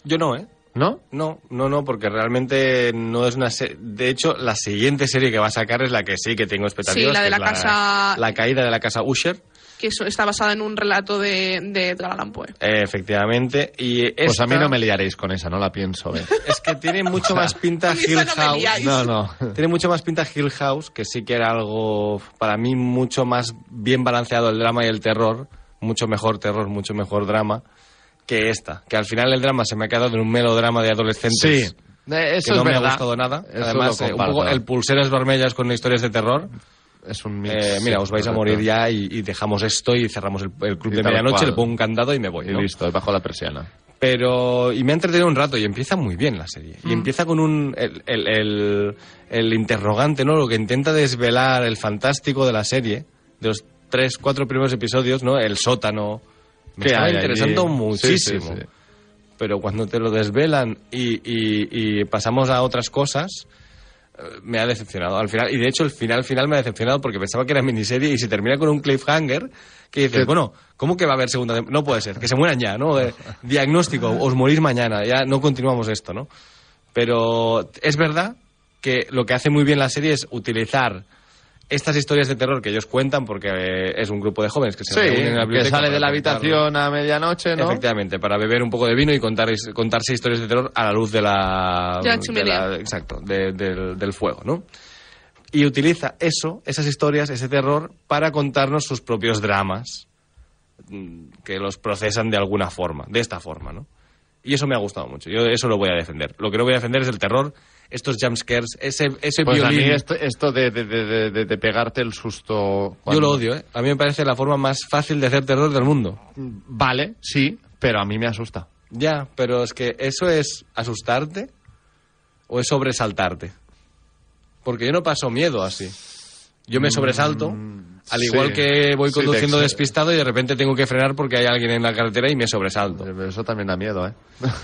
S4: Yo no, ¿eh?
S2: ¿no?
S4: No, no, no, porque realmente no es una serie. De hecho, la siguiente serie que va a sacar es la que sí que tengo expectativas.
S3: Sí, la de
S4: que
S3: la
S4: es
S3: casa-
S4: La caída de la casa Usher,
S3: Que eso está basada en un relato de, de Edgar Allan Poe.
S4: eh, efectivamente. Y
S2: Pues a mí
S4: esta
S2: no me liaréis con esa, no la pienso ver.
S4: Es que tiene mucho más pinta
S3: Con eso
S4: Hill
S3: no me
S4: House.
S3: liáis.
S2: No, no.
S4: Tiene mucho más pinta Hill House, que sí que era algo, para mí, mucho más bien balanceado el drama y el terror. Mucho mejor terror, mucho mejor drama que esta. Que al final el drama se me ha quedado en un melodrama de adolescentes.
S2: Eh,
S4: Que
S2: eso
S4: no
S2: es
S4: me
S2: verdad.
S4: ha gustado nada.
S2: Eso
S4: Además,
S2: lo
S4: eh, un
S2: comparto.
S4: poco el pulseras vermellas con historias de terror.
S2: es un mix.
S4: Eh, mira, os vais a morir
S2: Correcto.
S4: ya y, y dejamos esto y cerramos el, el club
S2: Y
S4: de
S2: tal
S4: medianoche,
S2: cual.
S4: le pongo un candado y me voy.
S2: Y
S4: ¿no?
S2: listo, bajo la persiana.
S4: Pero, y me ha entretenido un rato y empieza muy bien la serie.
S2: Mm.
S4: Y empieza con un, el, el- el- el interrogante, ¿no? Lo que intenta desvelar el fantástico de la serie, de los tres, cuatro primeros episodios, ¿no? El sótano. Me
S2: Que
S4: estaba
S2: hay allí.
S4: interesando
S2: Sí, sí,
S4: muchísimo
S2: sí.
S4: pero cuando te lo desvelan y, y- y pasamos a otras cosas, eh, me ha decepcionado al final. Y de hecho, el final final me ha decepcionado porque pensaba que era miniserie y se termina con un cliffhanger que dices, bueno, ¿cómo que va a haber segunda temporada? No puede ser, que se mueran ya, ¿no? Eh, diagnóstico, os morís mañana, ya no continuamos esto, ¿no? Pero es verdad que lo que hace muy bien la serie es utilizar estas historias de terror que ellos cuentan porque eh, es un grupo de jóvenes que se
S2: Sí,
S4: reúnen en la
S2: que
S4: biblioteca
S2: sale
S4: para
S2: de la
S4: contarlo.
S2: habitación a medianoche, ¿no?
S4: Efectivamente, para beber un poco de vino y contar, contarse historias de terror a la luz de la...
S3: De la chimenea.
S4: de la- exacto, de- del, del fuego, ¿no? Y utiliza eso, esas historias, ese terror, para contarnos sus propios dramas, mm, que los procesan de alguna forma, de esta forma, ¿no? Y eso me ha gustado mucho, yo eso lo voy a defender. Lo que no voy a defender es el terror, estos jumpscares, ese, ese
S2: Pues a
S4: violín...
S2: mí esto, esto de, de- de- de- de- de pegarte el susto...
S4: Yo
S2: cuando-
S4: lo odio, ¿eh? A mí me parece la forma más fácil de hacer terror del mundo.
S2: Vale, sí, pero a mí me asusta.
S4: Ya, pero es que eso es asustarte o es sobresaltarte. Porque yo no paso miedo así. Yo me sobresalto, al
S2: Mm, sí.
S4: igual que voy
S2: Sí, te
S4: conduciendo
S2: ex-
S4: despistado y de repente tengo que frenar porque hay alguien en la carretera y me sobresalto.
S2: Pero Eso también da miedo, ¿eh?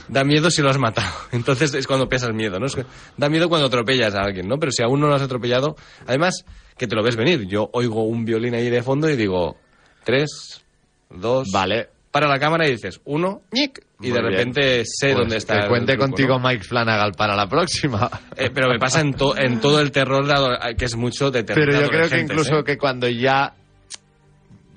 S4: Da miedo si lo has matado. Entonces es cuando pesas miedo, ¿no? Es que da miedo cuando atropellas a alguien, ¿no? Pero si aún no lo has atropellado, además que te lo ves venir. Yo oigo un violín ahí de fondo y digo, tres, dos...
S2: Vale.
S4: Para la cámara y dices, uno, ñic,
S2: Muy
S4: y de
S2: bien.
S4: repente sé
S2: Pues
S4: dónde está.
S2: Que
S4: el
S2: cuente
S4: truco, ¿no?
S2: contigo Mike Flanagan para la próxima.
S4: Eh, pero me pasa en, to- en todo el terror, de ado- que es mucho de terror.
S2: Pero
S4: de
S2: yo creo que
S4: adolescentes,
S2: incluso
S4: ¿eh?
S2: que cuando ya...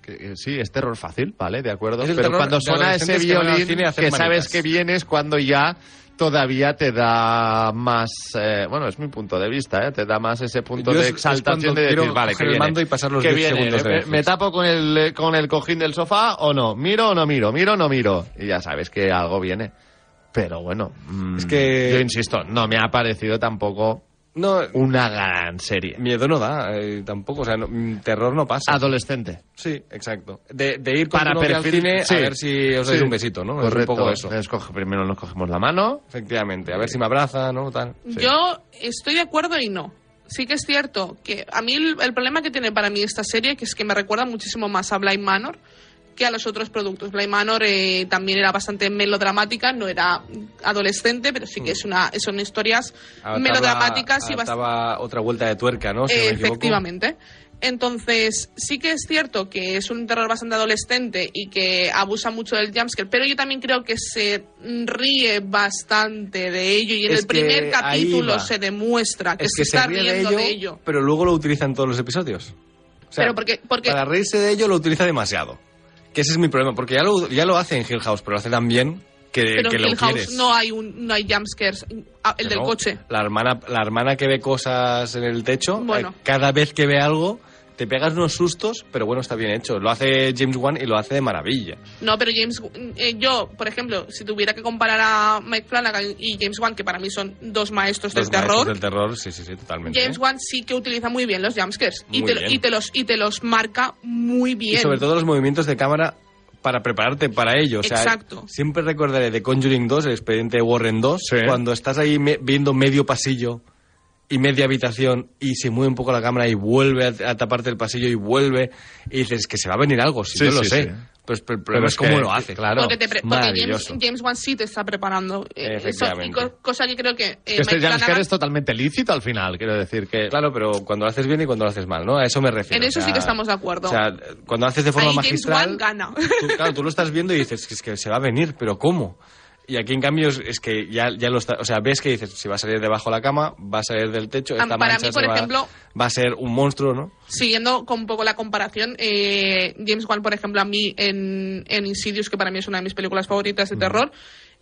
S2: que- que sí, es terror fácil, ¿vale? De acuerdo.
S4: Es el
S2: Pero
S4: terror
S2: cuando
S4: de
S2: suena ese
S4: adolescentes que van al
S2: violín
S4: cine
S2: que
S4: a hacer
S2: sabes
S4: manitas.
S2: que viene es cuando ya todavía te da más... eh, bueno, es mi punto de vista, ¿eh? Te da más ese punto
S4: Yo
S2: de
S4: es- es
S2: exaltación
S4: cuando
S2: de decir,
S4: quiero
S2: vale,
S4: coger
S2: que
S4: el
S2: viene.
S4: mando y pasar los
S2: ¿Qué
S4: 10
S2: viene?
S4: segundos de
S2: ¿Me,
S4: Netflix.
S2: me tapo con el, eh, con el cojín del sofá o no? ¿Miro o no miro? ¿Miro o no miro? Y ya sabes que algo viene. Pero bueno, mm,
S4: Es que-
S2: yo insisto, no me ha parecido tampoco
S4: No,
S2: una gran serie.
S4: miedo no da, eh, tampoco. O sea, no- mm, terror no pasa.
S2: Adolescente.
S4: sí, exacto. De, de ir con
S2: Para
S4: tu novia al
S2: perfil-
S4: cine
S2: sí.
S4: a ver si os dais
S2: Sí.
S4: un besito, ¿no? Es
S2: Correcto.
S4: un poco eso.
S2: Entonces, coge- primero nos cogemos la mano.
S4: Efectivamente, a ver si me abraza, ¿no? Tal.
S3: Yo estoy de acuerdo y no. Sí que es cierto que a mí el, el problema que tiene para mí esta serie que es que me recuerda muchísimo más a Blind Manor que a los otros productos. Blind Manor eh, también era bastante melodramática, no era adolescente, pero sí que es una son historias
S4: Adaptaba-
S3: melodramáticas y bastante
S4: adaptaba otra vuelta de tuerca, ¿no? Si no me equivoco.
S3: Efectivamente. Entonces, sí que es cierto que es un terror bastante adolescente y que abusa mucho del jumpscare, pero yo también creo que se ríe bastante de ello y en
S4: Es
S3: el primer
S4: que ahí
S3: capítulo
S4: va.
S3: se demuestra que,
S4: Es
S3: se, está
S4: ríe
S3: riendo de ello.
S4: pero luego lo utilizan todos los episodios. O sea,
S3: pero porque, porque
S4: Para reírse de ello lo utiliza demasiado. Que ese es mi problema, porque ya lo, ya lo hace en Hill House, pero lo hace tan bien que,
S3: pero
S4: que
S3: en
S4: lo
S3: Hill House
S4: quieres.
S3: no hay un no hay jumpscares, Ah, el
S4: Que
S3: del
S4: no.
S3: coche.
S4: La hermana, la hermana que ve cosas en el techo,
S3: Bueno.
S4: eh, cada vez que ve algo, te pegas unos sustos, pero bueno, está bien hecho. Lo hace James Wan y lo hace de maravilla.
S3: No, pero James, eh, yo, por ejemplo, si tuviera que comparar a Mike Flanagan y James Wan, que para mí son dos maestros del
S4: Los maestros
S3: terror,
S4: Del terror, sí, sí, sí, totalmente.
S3: James Wan sí que utiliza muy bien los jumpscares y
S4: Muy
S3: te, lo-
S4: bien.
S3: y, te los, y te los marca muy bien.
S4: Y sobre todo los movimientos de cámara para prepararte para ello. O sea,
S3: Exacto.
S4: Siempre recordaré de Conjuring 2, el expediente Warren 2,
S2: Sí.
S4: cuando estás ahí me- viendo medio pasillo y media habitación y se mueve un poco la cámara y vuelve a, a taparte el pasillo y vuelve y dices "Es que se va a venir algo, si
S2: Sí,
S4: yo lo
S2: sí,
S4: sé.
S2: sí.
S4: Pero es- el problema
S2: es
S4: es cómo
S2: que-
S4: lo hace.
S2: claro.
S3: porque te pre- porque James,
S4: Maravilloso.
S3: James Wan sí te está preparando. eh, eso, y
S4: Efectivamente.
S3: co- cosa que creo que. eh,
S2: Que este
S3: Mike
S2: jumpscare
S3: Flanagan-
S2: es totalmente lícito al final, quiero decir que...
S4: Claro, pero cuando lo haces bien y cuando lo haces mal, ¿no? A eso me refiero.
S3: En eso
S4: o sea,
S3: sí que estamos de acuerdo.
S4: O sea, cuando lo haces de forma
S3: Ahí James
S4: magistral...
S3: Wan gana.
S4: tú, claro, tú lo estás viendo y dices, es que se va a venir, pero ¿cómo? Y aquí, en cambio, es, es que ya, ya lo está... O sea, ves que dices, si va a salir debajo de la cama, va a salir del techo, esta
S3: Ah, para
S4: mancha
S3: mí, por
S4: se va-
S3: ejemplo-
S4: va a ser un monstruo, ¿no?
S3: Siguiendo con un poco la comparación, eh, James Wan, por ejemplo, a mí en, en Insidious, que para mí es una de mis películas favoritas
S4: Mm.
S3: de terror,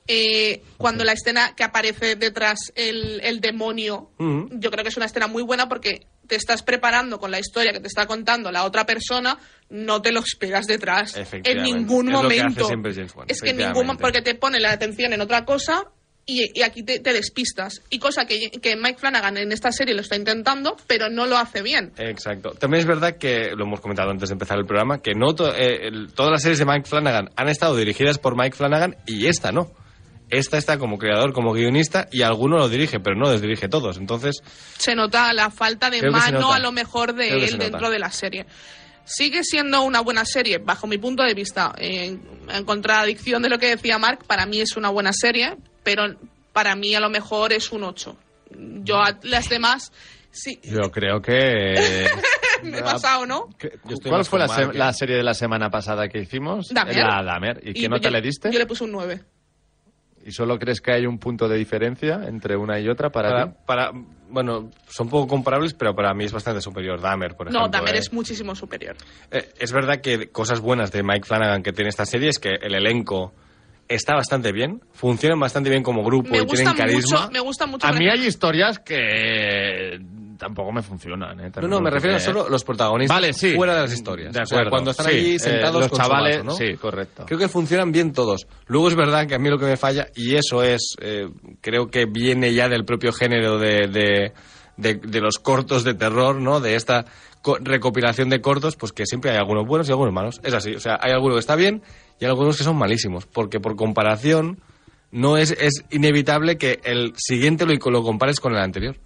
S3: eh, cuando la escena que aparece detrás el, el demonio,
S4: Ujú.
S3: yo creo que es una escena muy buena porque te estás preparando con la historia que te está contando la otra persona, no te lo esperas detrás en
S4: Efectivamente.
S3: ningún
S4: Es lo que hace
S3: momento.
S4: siempre James Wan,
S3: Es que en ningún mo-
S4: efectivamente.
S3: porque te pone la atención en otra cosa y, y aquí te, te despistas. Y cosa que, que Mike Flanagan en esta serie lo está intentando, pero no lo hace bien.
S4: Exacto. También es verdad que, lo hemos comentado antes de empezar el programa, que no to- eh, el- todas las series de Mike Flanagan han estado dirigidas por Mike Flanagan y esta no. Esta está como creador, como guionista y alguno lo dirige, pero no los dirige todos. Entonces,
S3: se nota la falta de
S4: Creo que se
S3: mano
S4: nota.
S3: a lo mejor de
S4: Creo que se
S3: él
S4: nota.
S3: dentro de la serie. Sigue siendo una buena serie, bajo mi punto de vista. En, en contradicción de lo que decía Mark, para mí es una buena serie, pero para mí a lo mejor es un 8. Yo a las demás, sí.
S4: Yo ah, creo que...
S3: Me he pasado, ¿no?
S4: que- yo estoy
S2: ¿Cuál
S4: más
S2: fue la,
S4: formado
S2: se-
S4: que-
S2: la serie de la semana pasada que hicimos?
S3: Dahmer.
S2: La Damer. ¿Y, qué
S3: yo-
S2: nota le diste?
S3: Yo le puse un 9.
S2: ¿Y solo crees que hay un punto de diferencia entre una y otra para, ti?
S4: Para, para- bueno, son poco comparables, pero para mí es bastante superior Dahmer, por ejemplo.
S3: No, Dahmer
S4: ¿eh?
S3: es muchísimo superior.
S4: Eh, es verdad que cosas buenas de Mike Flanagan que tiene esta serie es que el elenco está bastante bien, funcionan bastante bien como grupo
S3: Me
S4: y tienen
S3: gusta
S4: carisma.
S3: mucho, me gusta mucho.
S2: A
S3: por
S2: mí
S3: ejemplo,
S2: hay historias que tampoco me funcionan. ¿eh?
S4: No,
S2: También
S4: no, me
S2: lo
S4: refiero
S2: diré, ¿eh?
S4: solo a los protagonistas
S2: Vale, sí.
S4: fuera de las historias.
S2: De
S4: O sea,
S2: acuerdo,
S4: cuando están
S2: sí.
S4: allí
S2: Eh,
S4: sentados
S2: los
S4: con
S2: chavales,
S4: su vaso, ¿no?
S2: sí, correcto.
S4: Creo que funcionan bien todos. Luego es verdad que a mí lo que me falla, y eso es, eh, creo que viene ya del propio género de, de, de- de los cortos de terror, ¿no? De esta co- recopilación de cortos, pues que siempre hay algunos buenos y algunos malos. Es así, o sea, hay algunos que está bien y algunos que son malísimos, porque por comparación no es, es inevitable que el siguiente lo, lo compares con el anterior.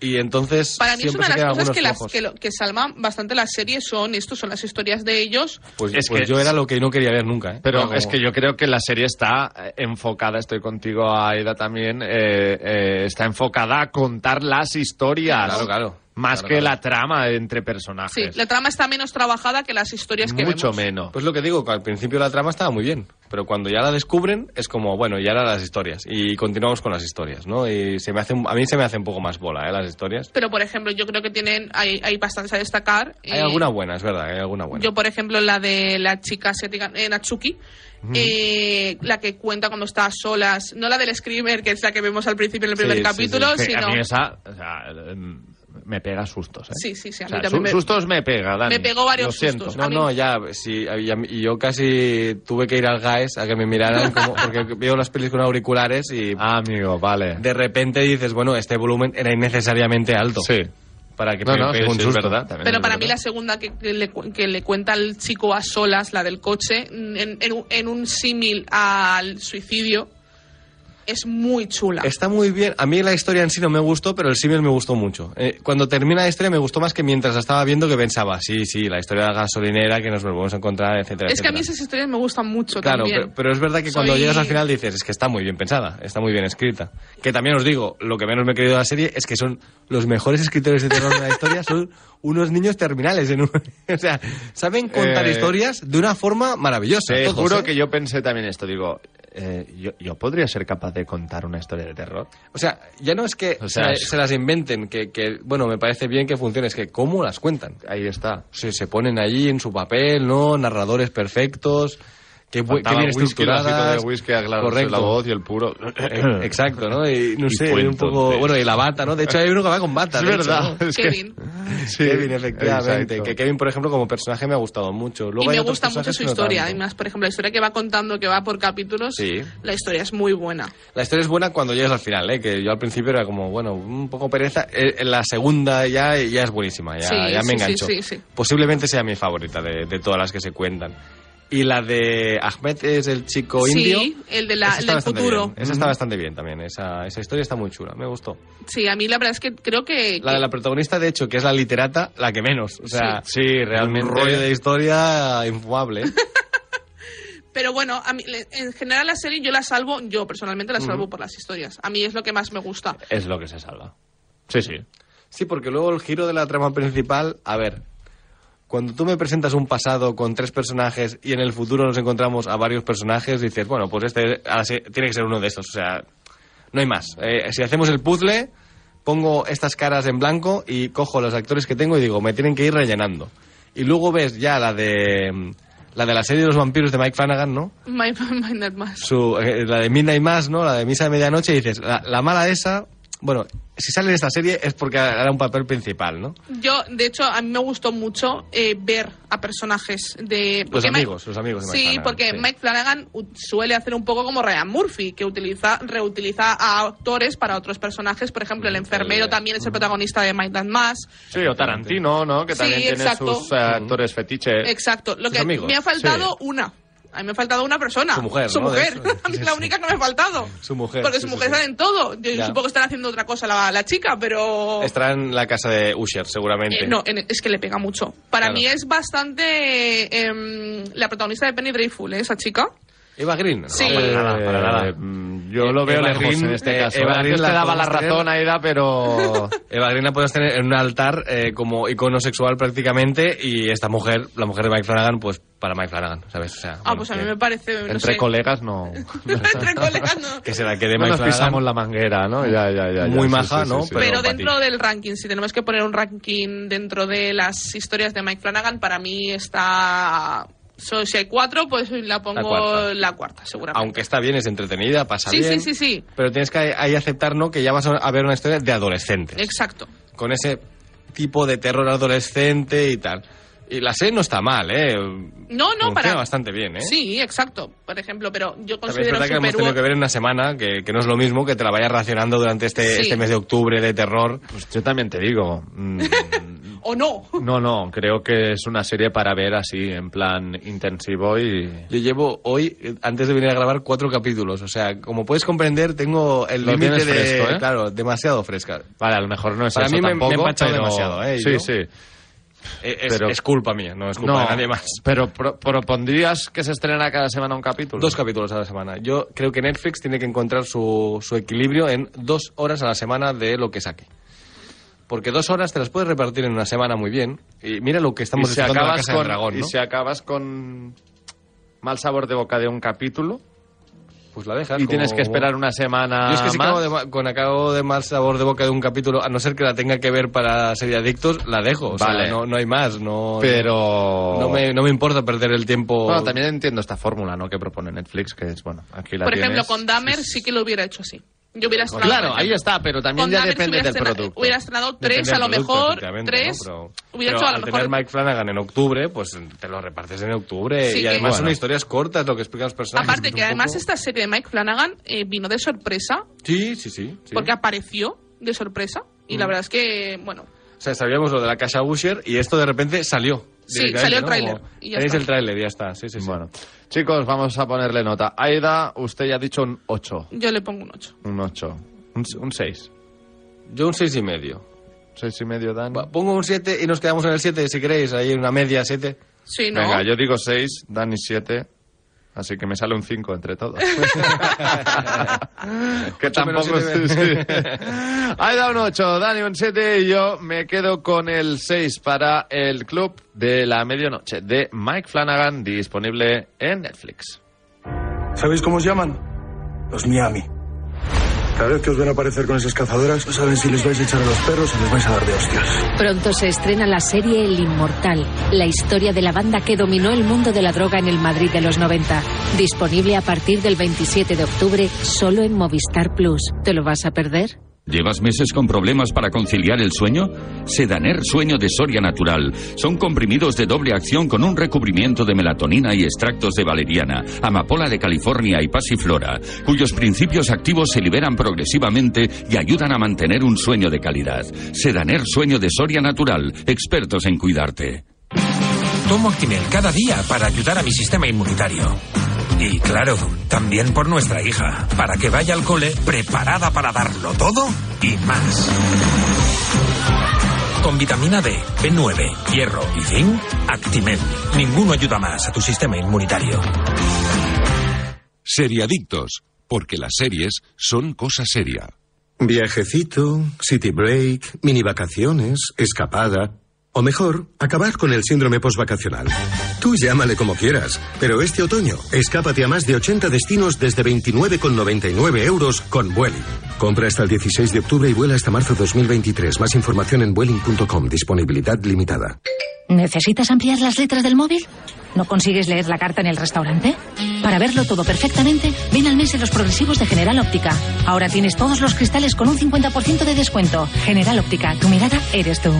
S4: Y entonces
S3: Para mí es
S4: siempre
S3: una de las
S4: se quedan
S3: cosas
S4: algunos
S3: que, las,
S4: flojos.
S3: que, lo- que salvan bastante la serie son estos, son las historias de ellos.
S4: Pues,
S2: Es
S4: pues
S2: que-
S4: yo era lo que no quería ver nunca. ¿eh?
S2: Pero
S4: Era como-
S2: es que yo creo que la serie está eh, enfocada, estoy contigo, Aida, también, eh, eh, está enfocada a contar las historias.
S4: Claro, claro.
S2: Más
S4: Claro,
S2: que
S4: claro.
S2: la trama entre
S3: Sí,
S2: personajes.
S3: la trama está menos trabajada que las historias que
S2: Mucho
S3: vemos.
S2: menos.
S4: Pues lo que digo, que al principio la trama estaba muy bien, pero cuando ya la descubren es como, bueno, ya ahora las historias. Y continuamos con las historias, ¿no? Y se me hace, un- a mí se me hace un poco más bola, ¿eh? Las historias.
S3: Pero, por ejemplo, yo creo que tienen hay, hay bastantes a destacar.
S4: Hay
S3: Eh,
S4: alguna buena, es verdad, hay alguna buena.
S3: Yo, por ejemplo, la de la chica asiática, eh, Natsuki, eh, la que cuenta cuando está a solas, no la del Screamer, que es la que vemos al principio en el
S4: Sí,
S3: primer
S4: sí,
S3: capítulo,
S2: Que
S3: sino...
S2: A mí esa, o sea, em, me pega sustos. ¿eh?
S3: Sí, sí, sí, a
S2: O
S3: mí
S2: sea,
S3: también
S2: su-
S3: me-
S2: sustos me pega, Dani.
S3: me pegó varios
S2: Lo siento.
S3: sustos.
S4: No,
S3: a mí-
S4: no, ya, sí, y a mí- y yo casi tuve que ir al GAES a que me miraran, como- porque veo las pelis con auriculares y
S2: Ah, amigo, vale.
S4: de repente dices, bueno, este volumen era innecesariamente alto.
S2: Sí.
S4: Para que
S2: No,
S4: me
S2: no,
S4: pegue
S2: sí,
S4: un
S2: sí, es
S4: susto.
S2: verdad, también.
S3: Pero para mí la segunda que, que le, cu- que le cuenta al chico a solas, la del coche, en, en un- en un símil al suicidio, es muy chula.
S4: Está muy bien. A mí la historia en sí no me gustó, pero el símil me gustó mucho. Eh, cuando termina la historia me gustó más que mientras la estaba viendo que pensaba, sí, sí, la historia de la gasolinera, que nos volvemos a encontrar, etcétera,
S3: es que a mí
S4: etcétera".
S3: esas historias me gustan mucho
S4: Claro,
S3: también.
S4: pero, pero es verdad que cuando
S3: Soy-
S4: llegas al final dices, es que está muy bien pensada, está muy bien escrita. Que también os digo, lo que menos me he creído de la serie es que son los mejores escritores de terror de la historia, son unos niños terminales. En un- o sea, saben contar
S2: Eh,
S4: historias de una forma maravillosa.
S2: Te
S4: todos,
S2: juro
S4: ¿eh?
S2: que yo pensé también esto. Digo, eh, yo, yo podría ser capaz de contar una historia de terror.
S4: O sea, ya no es que
S2: O sea,
S4: se,
S2: es-
S4: se las inventen, que, que, bueno, me parece bien que funcione, es que cómo las cuentan.
S2: Ahí está.
S4: Se, se ponen allí en su papel, ¿no? Narradores perfectos, que, bu- que
S2: Faltaba
S4: bien
S2: whisky, vasito
S4: estructuradas.
S2: de whisky, aclararse
S4: correcto.
S2: la voz y el puro.
S4: Eh, Exacto, ¿no? Y no
S2: Y
S4: sé,
S2: fue
S4: un poco,
S2: entonces.
S4: bueno, y la bata, ¿no? De hecho, hay uno que va con bata.
S2: Es
S4: de hecho,
S2: verdad.
S4: ¿no?
S2: es que-
S3: Kevin.
S2: Sí,
S4: Kevin, efectivamente.
S2: exacto.
S4: Que Kevin, por ejemplo, como personaje me ha gustado mucho. Luego
S3: y
S4: hay
S3: me
S4: otros
S3: gusta mucho
S4: personajes
S3: su
S4: que no
S3: historia.
S4: tanto.
S3: Además, por ejemplo, la historia que va contando, que va por capítulos,
S4: Sí.
S3: la historia es muy buena.
S4: La historia es buena cuando llegas al final, ¿eh? que yo al principio era como, bueno, un poco pereza. Eh, en la segunda ya, ya es buenísima, ya,
S3: Sí,
S4: ya
S3: sí,
S4: me enganchó.
S3: sí, sí, sí.
S4: Posiblemente sea mi favorita de, de todas las que se cuentan. Y la de Ahmed es el chico
S3: Sí,
S4: indio.
S3: el de la-
S4: Esa
S3: el
S4: está
S3: del
S4: bastante
S3: futuro. Mm.
S4: bien, Esa está bastante bien también, esa, esa historia está muy chula, me gustó.
S3: Sí, a mí la verdad es que creo que...
S4: La de la protagonista, de hecho, que es la literata, la que menos. O sea,
S2: Sí, realmente.
S4: Un rollo de historia infumable. ¿eh?
S3: Pero bueno, a mí, le- en general la serie yo la salvo, yo personalmente la salvo por las historias. A mí es lo que más me gusta.
S2: Es lo que se salva. Sí, sí.
S4: Sí, porque luego el giro de la trama principal, a ver, cuando tú me presentas un pasado con tres personajes y en el futuro nos encontramos a varios personajes, dices, bueno, pues este ahora sí, tiene que ser uno de estos, o sea, no hay más. Eh, si hacemos el puzzle, pongo estas caras en blanco y cojo los actores que tengo y digo, me tienen que ir rellenando. Y luego ves ya la de la de la serie de los vampiros de Mike Flanagan, ¿no?
S3: My, my Nightmares.
S4: su, eh, la de Midnight Mass, ¿no? La de Misa de Medianoche, y dices, la, la mala esa, bueno, si sale en esta serie es porque hará un papel principal, ¿no?
S3: Yo, de hecho, a mí me gustó mucho eh, ver a personajes de...
S4: Los
S3: porque Mike-
S4: amigos, los amigos de Mike
S3: sí,
S4: Flanagan,
S3: porque
S4: sí.
S3: Mike Flanagan u- suele hacer un poco como Ryan Murphy, que utiliza, reutiliza a actores para otros personajes. Por ejemplo,
S4: Mm,
S3: el enfermero
S4: el-
S3: también es el protagonista de My That Mass.
S4: Eh,
S2: Sí, o Tarantino, ¿no? Que
S3: Sí,
S2: también tiene
S3: exacto.
S2: sus eh, actores fetiche.
S3: Exacto. Lo
S4: sus
S3: que
S4: amigos,
S3: me ha faltado una. A mí me ha faltado una persona.
S4: Su mujer,
S3: Su
S4: ¿no? De
S3: mujer.
S4: eso.
S3: A mí es la única que me ha faltado.
S4: Su mujer,
S3: Porque
S4: sí,
S3: su
S4: sí,
S3: mujer
S4: sí.
S3: sale en todo. Yo
S4: Ya.
S3: supongo que estará haciendo otra cosa la, la chica, pero.
S4: Estará en la casa de Usher, seguramente.
S3: Eh, no, en- es que le pega mucho. Para
S4: Claro.
S3: mí es bastante. em, la protagonista de Penny Dreyfus, ¿eh? esa chica.
S4: Eva Green. ¿no?
S3: Sí.
S4: para nada, para nada.
S2: Eh, mm, Yo lo veo
S4: Eva
S2: lejos
S4: Green,
S2: en este
S4: eh,
S2: caso.
S4: Eva
S2: Eva
S4: Green
S2: te
S4: la
S2: daba la
S4: podemos tener.
S2: razón, Aida, pero...
S4: Eva Green la podemos tener en un altar eh, como icono sexual prácticamente y esta mujer, la mujer de Mike Flanagan, pues para Mike Flanagan, ¿sabes? O sea,
S3: Ah,
S4: bueno,
S3: pues a
S4: que-
S3: mí me parece. No
S2: Entre
S3: sé.
S2: colegas no...
S3: Entre colegas no.
S4: Que se la quede
S2: No
S4: Mike
S2: nos pisamos
S4: Flanagan.
S2: la manguera, ¿no? Ya, ya, ya. ya, sí,
S4: Muy maja,
S2: sí, sí,
S4: ¿no?
S2: sí.
S3: Pero
S4: Pero
S3: dentro del ranking, si tenemos que poner un ranking dentro de las historias de Mike Flanagan, para mí está. so- si hay cuatro, pues la pongo la cuarta,
S4: cuarta.
S3: seguramente.
S4: Aunque está bien, es entretenida, pasa
S3: sí,
S4: bien.
S3: sí, sí, sí.
S4: Pero tienes que ahí aceptar, ¿no? Que ya vas a ver una historia de adolescentes.
S3: Exacto.
S4: con ese tipo de terror adolescente y tal. Y la serie no está mal, ¿eh?
S3: No, no,
S4: Funciona
S3: para.
S4: bastante bien, ¿eh?
S3: Sí, exacto. Por ejemplo, pero yo
S4: También es
S3: considero
S4: verdad que la hemos tenido que
S3: Superwoman.
S4: ver en una semana, que, que no es lo mismo que te la vayas racionando durante este,
S3: Sí.
S4: este mes de octubre de terror.
S2: Pues yo también te digo... mm,
S3: O no.
S2: No, no, creo que es una serie para ver así, en plan intensivo y...
S4: Yo llevo hoy, eh, antes de venir a grabar, cuatro capítulos. O sea, como puedes comprender, tengo el
S2: Lo
S4: límite de...
S2: tienes fresco, ¿eh?
S4: Claro, demasiado fresca.
S2: Vale, a lo mejor no es
S4: Para
S2: eso
S4: mí me- me he
S2: tampoco,
S4: empachado
S2: pero-
S4: demasiado, ¿eh?
S2: Sí,
S4: Yo-
S2: sí.
S4: Eh, Es,
S2: Pero-
S4: es culpa mía, no es culpa de nadie más.
S2: Pero pro- propondrías que se estrenara cada semana un capítulo.
S4: Dos capítulos a la semana. Yo creo que Netflix tiene que encontrar su, su equilibrio en dos horas a la semana de lo que saque. Porque dos horas te las puedes repartir en una semana muy bien. Y mira lo que
S2: y
S4: estamos
S2: si
S4: disfrutando en la
S2: acabas
S4: Casa
S2: con
S4: del Dragón,
S2: y
S4: ¿no?
S2: si acabas con mal sabor de boca de un capítulo
S4: Pues la dejas.
S2: y tienes
S4: como-
S2: que esperar una semana
S4: Yo es que si
S2: Ah, más.
S4: acabo de, ma- con acabo de mal sabor de boca de un capítulo, a no ser que la tenga que ver para serie adictos, la dejo. O sea,
S2: Vale.
S4: no, no hay más. No,
S2: pero
S4: no, me, no me importa perder el tiempo.
S2: bueno, también entiendo esta fórmula ¿no? que propone Netflix, que es, bueno, aquí la
S3: Por ejemplo,
S2: tienes.
S3: con Dahmer sí que lo hubiera hecho así. Yo hubiera estrenado.
S2: Claro,
S3: por
S2: ahí
S3: ejemplo.
S2: está, pero también
S3: Con
S2: ya
S3: Dahmer
S2: depende
S3: hubiera
S2: del
S3: estrena-
S2: producto.
S3: Hubiera estrenado
S4: Depende
S3: tres,
S4: del
S3: a lo
S4: producto,
S3: mejor
S4: efectivamente,
S3: tres.
S4: ¿no? Pero-
S3: Hubiera
S4: pero
S3: hecho a lo
S4: al
S3: mejor.
S4: tener Mike Flanagan en octubre, pues te lo repartes en octubre.
S3: Sí,
S4: y
S3: que-
S4: además son
S2: Bueno.
S4: historias cortas lo que explican los personajes.
S3: Aparte,
S4: es
S3: que
S4: un
S3: además
S4: poco-
S3: esta serie de Mike Flanagan eh, vino de sorpresa,
S4: Sí, sí, sí. sí.
S3: porque apareció de sorpresa, y la verdad es que, bueno,
S4: O sea, sabíamos lo de la casa Usher y esto de repente salió.
S3: Sí,
S4: directamente,
S3: salió el
S4: ¿no?
S3: tráiler,
S4: Como,
S3: y ya
S4: Tenéis
S3: está.
S4: el tráiler, ya está. Sí, sí, sí.
S2: Bueno, chicos, vamos a ponerle nota. Aida, usted ya ha dicho un 8,
S3: yo le pongo un 8.
S2: un 8, un, 6,
S4: Yo un seis y medio.
S2: 6 y medio, Dani.
S4: Va, Pongo un 7 y nos quedamos en el 7 si queréis. Ahí una media 7.
S3: Sí, ¿no?
S2: Venga, yo digo 6, Dani 7. Así que me sale un 5 entre todos. que
S4: Ocho menos
S2: tampoco
S4: siete,
S2: es. Ahí da un 8, Dani un 7 y yo me quedo con el 6 para el club de la medianoche de Mike Flanagan disponible en Netflix.
S5: ¿Sabéis cómo os llaman? Los Miami. Cada vez que os ven aparecer con esas cazadoras, no saben si les vais a echar a los perros o les vais a dar de hostias.
S9: Pronto se estrena la serie El Inmortal, la historia de la banda que dominó el mundo de la droga en el Madrid de los 90. Disponible a partir del 27 de octubre solo en Movistar Plus. ¿Te lo vas a perder?
S1: ¿Llevas meses con problemas para conciliar el sueño? Sedaner Sueño de Soria Natural. Son comprimidos de doble acción con un recubrimiento de melatonina y extractos de valeriana, amapola de California y pasiflora, cuyos principios activos se liberan progresivamente y ayudan a mantener un sueño de calidad. Sedaner Sueño de Soria Natural. Expertos en cuidarte.
S7: Tomo Actimel cada día para ayudar a mi sistema inmunitario. Y claro, también por nuestra hija, para que vaya al cole preparada para darlo todo y más. Con vitamina D, B9, hierro y zinc, Actimel. Ninguno ayuda más a tu sistema inmunitario.
S10: Seriadictos, porque las series son cosa seria.
S8: Viajecito, city break, mini vacaciones, escapada. O mejor, acabar con el síndrome postvacacional. Tú llámale como quieras, pero este otoño, escápate a más de 80 destinos desde 29,99 euros con Vueling. Compra hasta el 16 de octubre y vuela hasta marzo 2023. Más información en Vueling.com. Disponibilidad limitada.
S6: ¿Necesitas ampliar las letras del móvil? ¿No consigues leer la carta en el restaurante? Para verlo todo perfectamente, ven al mes de los progresivos de General Óptica. Ahora tienes todos los cristales con un 50% de descuento. General Óptica, tu mirada eres tú.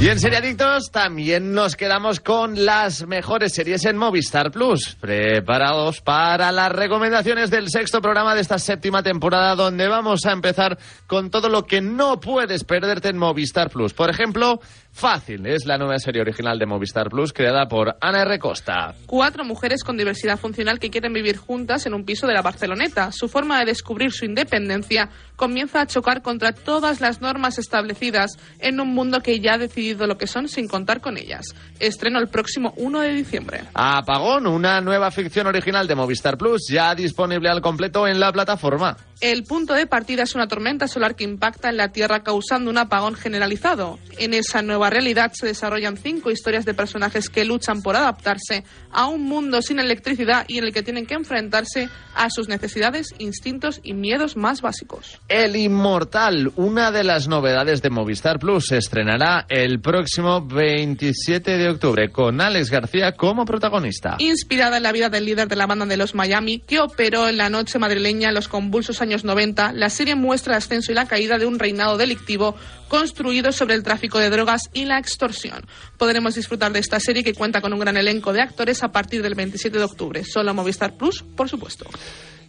S2: Y en Seriadictos también nos quedamos con las mejores series en Movistar Plus. Preparados para las recomendaciones del sexto programa de esta séptima temporada, donde vamos a empezar con todo lo que no puedes perderte en Movistar Plus. Por ejemplo, Fácil, es la nueva serie original de Movistar Plus creada por Ana R. Costa.
S3: Cuatro mujeres con diversidad funcional que quieren vivir juntas en un piso de la Barceloneta. Su forma de descubrir su independencia comienza a chocar contra todas las normas establecidas en un mundo que ya ha decidido lo que son sin contar con ellas. Estreno el próximo 1 de diciembre.
S2: Apagón, una nueva ficción original de Movistar Plus, ya disponible al completo en la plataforma.
S3: El punto de partida es una tormenta solar que impacta en la Tierra causando un apagón generalizado. En esa nueva realidad se desarrollan cinco historias de personajes que luchan por adaptarse a un mundo sin electricidad y en el que tienen que enfrentarse a sus necesidades, instintos y miedos más básicos.
S2: El Inmortal, una de las novedades de Movistar Plus, se estrenará el próximo 27 de octubre con Alex García como protagonista.
S3: Inspirada en la vida del líder de la banda de los Miami, que operó en la noche madrileña en los convulsos años 90, la serie muestra el ascenso y la caída de un reinado delictivo construido sobre el tráfico de drogas y la extorsión. Podremos disfrutar de esta serie que cuenta con un gran elenco de actores a partir del 27 de octubre. Solo Movistar Plus, por supuesto.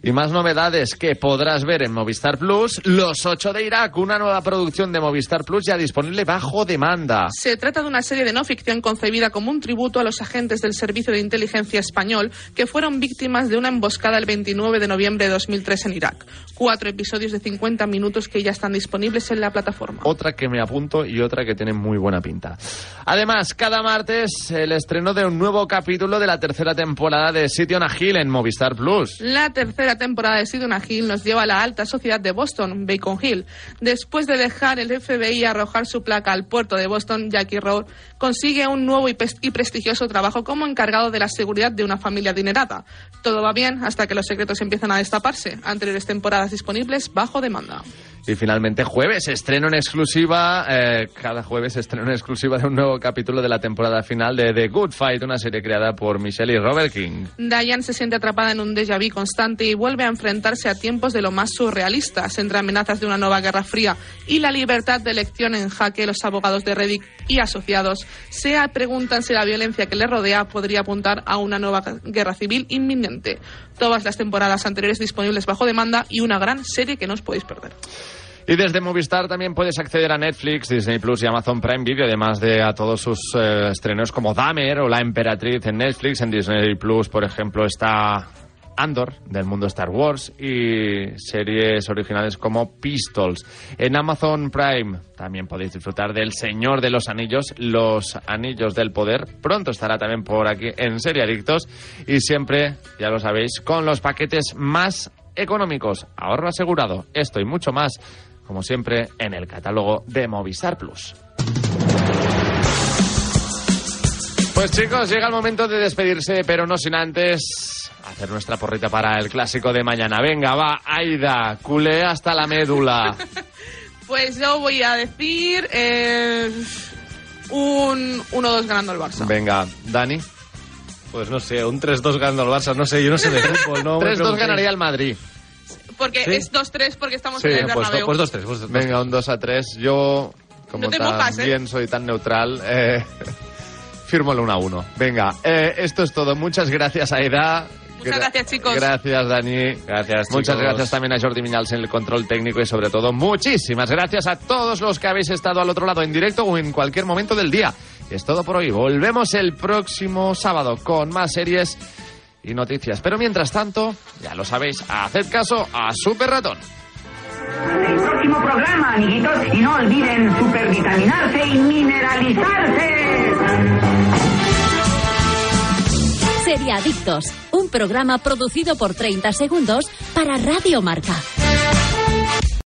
S2: Y más novedades que podrás ver en Movistar Plus, Los Ocho de Irak, una nueva producción de Movistar Plus ya disponible bajo demanda.
S3: Se trata de una serie de no ficción concebida como un tributo a los agentes del Servicio de Inteligencia Español que fueron víctimas de una emboscada el 29 de noviembre de 2003 en Irak. Cuatro episodios de 50 minutos que ya están disponibles en la plataforma.
S2: Otra que me apunto y otra que tiene muy buena pinta. Además, cada martes el estreno de un nuevo capítulo de la tercera temporada de City on a Hill en Movistar Plus.
S3: La tercera temporada de Sidon Hill nos lleva a la alta sociedad de Boston, Bacon Hill. Después de dejar el FBI arrojar su placa al puerto de Boston, Jackie Rowe consigue un nuevo y, pes- y prestigioso trabajo como encargado de la seguridad de una familia adinerada. Todo va bien hasta que los secretos empiezan a destaparse. Anteriores temporadas disponibles bajo demanda.
S2: Y finalmente jueves, estreno en exclusiva, eh, cada jueves estreno en exclusiva de un nuevo capítulo de la temporada final de The Good Fight, una serie creada por Michelle y Robert King.
S3: Diane se siente atrapada en un déjà vu constante y vuelve a enfrentarse a tiempos de lo más surrealistas, entre amenazas de una nueva guerra fría y la libertad de elección en jaque. Los abogados de Reddick y asociados se preguntan si la violencia que le rodea podría apuntar a una nueva guerra civil inminente. Todas las temporadas anteriores disponibles bajo demanda y una gran serie que no os podéis perder.
S2: Y desde Movistar también puedes acceder a Netflix, Disney Plus y Amazon Prime Video, además de a todos sus eh, estrenos como Dahmer o La Emperatriz en Netflix. En Disney Plus, por ejemplo, está Andor, del mundo Star Wars, y series originales como Pistols. En Amazon Prime también podéis disfrutar del Señor de los Anillos, Los Anillos del Poder. Pronto estará también por aquí en Serie Adictos. Y siempre, ya lo sabéis, con los paquetes más económicos. Ahorro asegurado, esto y mucho más, como siempre, en el catálogo de Movistar Plus. Pues chicos, llega el momento de despedirse, pero no sin antes hacer nuestra porrita para el clásico de mañana. Venga, va, Aida, culé hasta la médula.
S3: Pues yo voy a decir eh, un 1-2 ganando el Barça.
S2: Venga, Dani.
S4: Pues no sé, un 3-2 ganando el Barça, no sé, yo no sé de fútbol, no. me
S2: 3-2
S4: preguntéis.
S2: ganaría el Madrid.
S3: Porque
S4: Sí.
S3: es 2-3 porque estamos
S2: Sí,
S3: en el
S4: Pues, pues
S3: Bernabéu.
S4: 2-3, pues 2-3.
S2: Venga, un 2 a 3. Yo, como
S3: No te
S2: tan
S3: mojas, ¿eh?
S2: bien soy tan neutral, eh, firmo el 1 a 1. Venga, eh, esto es todo. Muchas gracias, Aida.
S3: Muchas gracias, chicos.
S2: Gracias, Dani.
S4: Gracias,
S2: Muchas
S4: chicos.
S2: gracias también a Jordi Miñals en el control técnico y sobre todo muchísimas gracias a todos los que habéis estado al otro lado en directo o en cualquier momento del día. Es todo por hoy. Volvemos el próximo sábado con más series y noticias. Pero mientras tanto, ya lo sabéis, haced caso a Super Ratón.
S11: El próximo programa, amiguitos, y no olviden supervitaminarse y mineralizarse.
S9: Sería Adictos, un programa producido por 30 segundos para Radio Marca.